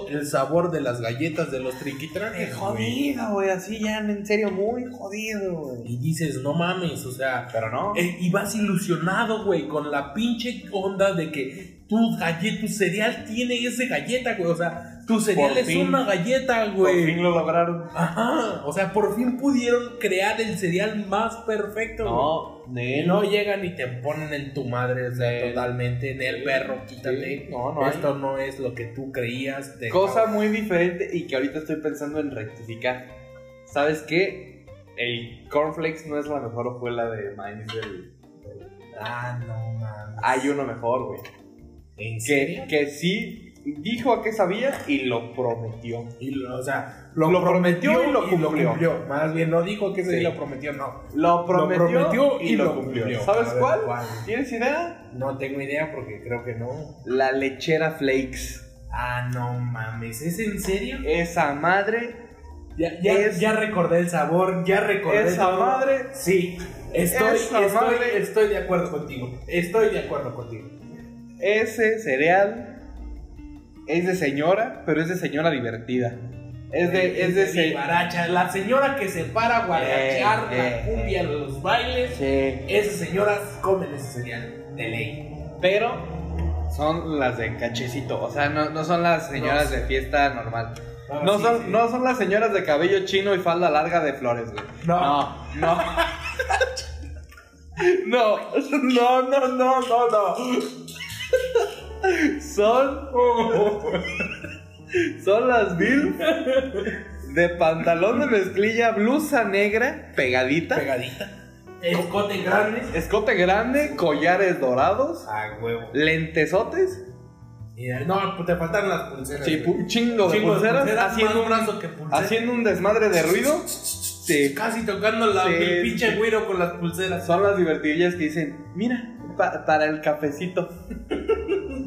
S3: jodido el sabor de las galletas de los triquitranes.
S2: De
S3: güey.
S2: jodido, güey. Así ya, en serio, muy jodido, güey.
S3: Y dices, no mames, o sea,
S2: Pero no.
S3: eh, y vas ilusionado, güey, con la pinche onda de que tu galleta, tu cereal tiene ese galleta, güey, o sea, tu cereal
S2: Por
S3: es
S2: fin.
S3: una galleta,
S6: Por
S3: güey.
S6: fin lo lograron.
S3: Ajá, o sea, por fin pudieron crear el cereal más perfecto. güey.
S2: No,
S3: Y
S2: neno.
S3: no llegan y te ponen en tu madre, o sea,
S2: Sí.
S3: totalmente en el
S2: Sí.
S3: perro, quítate.
S2: Sí. No, no hay.
S3: Esto no es lo que tú creías. te-
S2: Cosa muy diferente y que ahorita estoy pensando en rectificar. ¿Sabes qué? El cornflakes no es la mejor hojuela de maíz del...
S3: Ah, no, mames.
S2: Hay uno mejor, güey.
S3: ¿En serio?
S2: Que, que sí dijo a qué sabía y lo prometió.
S3: Y lo- o sea,
S2: Lo, prometió, y lo cumplió.
S3: Más bien, no dijo que eso
S2: Sí.
S3: y lo prometió, no.
S2: Lo prometió,
S3: lo prometió
S2: y, lo cumplió. ¿Sabes
S3: A ver,
S2: cuál? ¿Tienes idea?
S3: No tengo idea porque creo que no.
S2: La lechera flakes.
S3: Ah, no mames, ¿es en serio?
S2: Esa madre,
S3: Ya, ya,
S2: Es-
S3: ya recordé el sabor, ya recordé el
S2: esa
S3: sabor.
S2: madre.
S3: Sí, estoy,
S2: Esa
S3: estoy,
S2: madre.
S3: estoy de acuerdo contigo. Estoy de acuerdo contigo.
S2: Ese cereal es de señora, pero es de señora divertida. Es de, es de se-
S3: guaracha. La señora que se para a guarachar
S2: Eh,
S3: la
S2: eh,
S3: cumbia,
S2: eh.
S3: los bailes,
S2: Sí.
S3: esas señoras comen ese cereal de ley.
S2: Pero son las de cachecito, o sea, no, no son las señoras
S3: No, sí.
S2: de fiesta normal. No
S3: sí,
S2: son,
S3: sí.
S2: no son las señoras de cabello chino y falda larga de flores, güey.
S3: No.
S2: No, no. No, no, no, no, no, no. Son. Son las Bill de pantalón de mezclilla, blusa negra, pegadita,
S3: Pegadita. Escote grande.
S2: escote grande, collares dorados,
S3: Ah, huevo.
S2: lentesotes,
S3: Y, eh, No, pues te faltan las pulseras.
S2: sí,
S3: güey.
S2: pu- chingo de
S3: Chingo de
S2: pulseras,
S3: pulseras,
S2: haciendo,
S3: más
S2: un,
S3: brazo que pulsera.
S2: haciendo un desmadre de ruido. Sí,
S3: Casi tocando la,
S2: Sí,
S3: el pinche
S2: sí.
S3: güiro con las pulseras.
S2: son las divertidillas que dicen: Mira, pa- para el cafecito.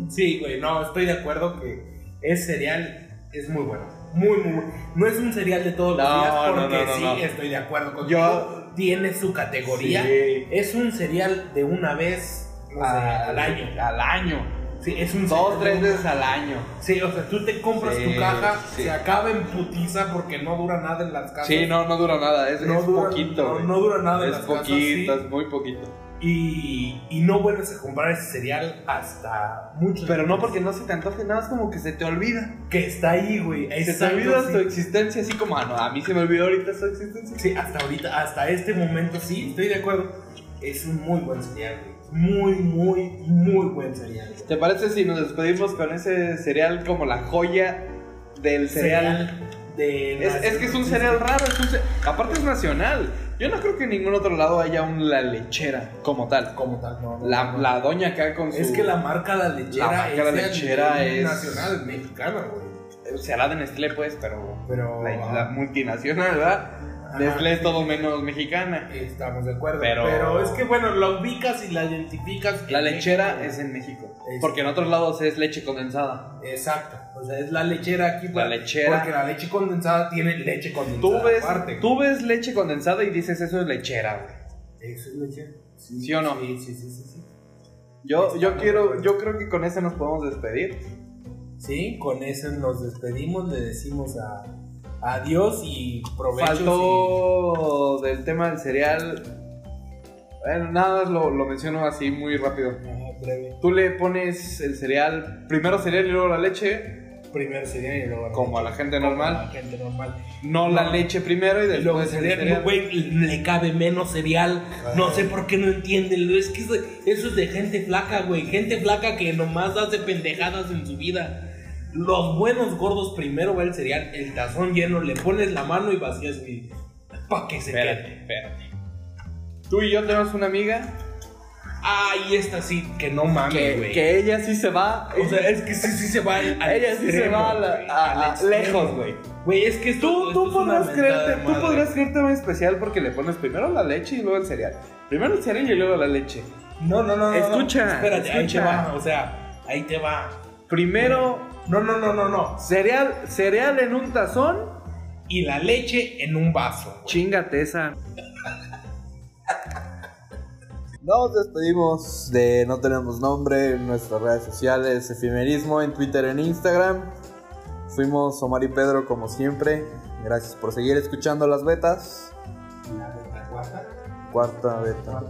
S3: Sí, güey, no, estoy de acuerdo que ese cereal es muy bueno. Muy, muy bueno. No es un cereal de todos los
S2: No,
S3: días,
S2: no,
S3: porque
S2: no, no,
S3: sí,
S2: no.
S3: estoy de acuerdo contigo.
S2: Yo-
S3: Tiene su categoría.
S2: Sí.
S3: Es un cereal de una vez no sé, al año.
S2: Al año.
S3: Sí, es un
S2: Dos,
S3: cereal
S2: tres
S3: de-
S2: veces al año.
S3: Sí, o sea, tú te compras
S2: Sí,
S3: tu caja,
S2: sí.
S3: se acaba en putiza porque no dura nada en las casas.
S2: Sí, no, no dura nada. Es,
S3: No
S2: es
S3: dura-
S2: poquito.
S3: no-
S2: güey.
S3: no dura nada en
S2: Es
S3: las casas,
S2: poquito,
S3: sí.
S2: es muy poquito.
S3: Y, y no vuelves a comprar ese cereal hasta mucho
S2: Pero no porque no se te antoje nada, es como que se te olvida.
S3: Que está ahí, güey.
S2: Se te
S3: Exacto,
S2: olvida
S3: sí.
S2: tu existencia, así como, ah, no, a mí se me olvidó ahorita su existencia.
S3: Sí, hasta ahorita, hasta este momento sí, estoy de acuerdo. Es un muy buen cereal, güey. Muy, muy, muy buen cereal. güey.
S2: ¿Te parece si nos despedimos con ese cereal como la joya del cereal?
S3: de
S2: Es, es que es un cereal raro, es un ce- aparte es nacional. Yo no creo que en ningún otro lado haya un la lechera como tal.
S3: Como tal, no. no,
S2: La,
S3: no.
S2: la doña acá con su...
S3: Es que la marca La Lechera,
S2: La marca La
S3: de-
S2: Lechera es-
S3: nacional, mexicana, güey.
S2: Será de Nestlé, pues, pero...
S3: Pero
S2: la, la multinacional, ¿verdad?
S3: ajá,
S2: Nestlé es todo menos mexicana.
S3: Estamos de acuerdo. Pero,
S2: Pero-
S3: es que bueno, la ubicas y la identificas.
S2: La
S3: en
S2: lechera
S3: México.
S2: es en México.
S3: Es-
S2: Porque en otros lados es leche condensada.
S3: Exacto. O sea, es la lechera aquí.
S2: La lechera.
S3: Porque la leche condensada tiene leche condensada.
S2: Tú ves,
S3: aparte.
S2: tú ves leche condensada y dices eso es lechera, güey.
S3: Eso es leche. Sí,
S2: ¿Sí o no?
S3: Sí, sí, sí, sí. sí.
S2: Yo, yo quiero, yo creo que con eso nos podemos despedir.
S3: Sí, con eso nos despedimos, le decimos a adiós y provecho.
S2: Faltó del tema del cereal. Bueno, nada más lo, lo menciono así muy rápido.
S3: y- Ajá, breve.
S2: Tú le pones el cereal, primero cereal y luego la leche,
S3: Primero cereal y luego
S2: como a la gente
S3: Como a
S2: normal.
S3: la gente normal.
S2: No la leche primero y
S3: Y luego
S2: después el
S3: cereal,
S2: cereal.
S3: güey, le cabe menos cereal. No sé por qué no entienden. Es que eso, eso es de gente flaca, güey. Gente flaca que nomás hace pendejadas en su vida. Los buenos gordos primero va el cereal, el tazón lleno, le pones la mano y vacías mi. Pa' que se
S2: Espérate,
S3: quede.
S2: espérate. Tú y yo tenemos una amiga
S3: Ay, esta sí, que no mames,
S2: que,
S3: güey.
S2: que ella sí se va.
S3: O sea, es que sí, sí se va al, al
S2: ella sí se
S3: extremo,
S2: va a la-
S3: güey,
S2: a-
S3: al
S2: a-
S3: extremo.
S2: lejos, güey.
S3: Güey, es que esto,
S2: Tú, tú
S3: esto es una
S2: podrás
S3: mentada
S2: creerte,
S3: de
S2: tú
S3: madre.
S2: podrás creerte muy especial porque le pones primero la leche y luego el cereal. Primero el cereal y luego la leche.
S3: No, no, no, no.
S2: Escucha,
S3: no. Espérate, ahí te
S2: escucha.
S3: va, o sea, ahí te va.
S2: Primero
S3: No, no, no, no, no.
S2: cereal, cereal en un tazón.
S3: Y la leche en un vaso. güey.
S2: Chingate esa.
S6: Nos despedimos de No Tenemos Nombre en nuestras redes sociales, Efimerismo en Twitter, en Instagram. Fuimos Omar y Pedro como siempre. Gracias por seguir escuchando las betas. Cuarta beta.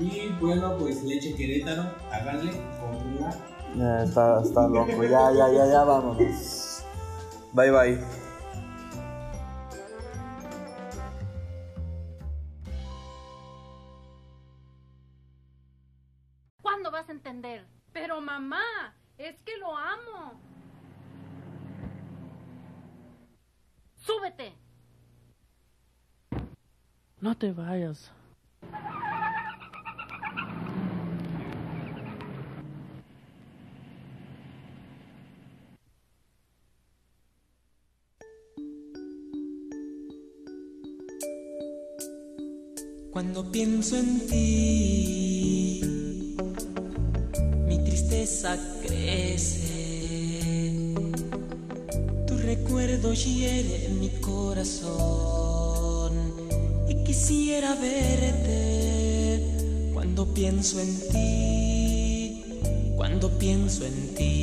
S7: Y bueno, pues leche querétaro, háganle, cómprenla.
S6: Eh, está, está loco. Ya, ya, ya, ya, vámonos. Bye, bye.
S8: ¿Cuándo vas a entender? Pero mamá, es que lo amo. Súbete.
S9: No te vayas.
S10: Cuando pienso en ti, mi tristeza crece. Tu recuerdo hiere mi corazón y quisiera verte. Cuando pienso en ti, cuando pienso en ti.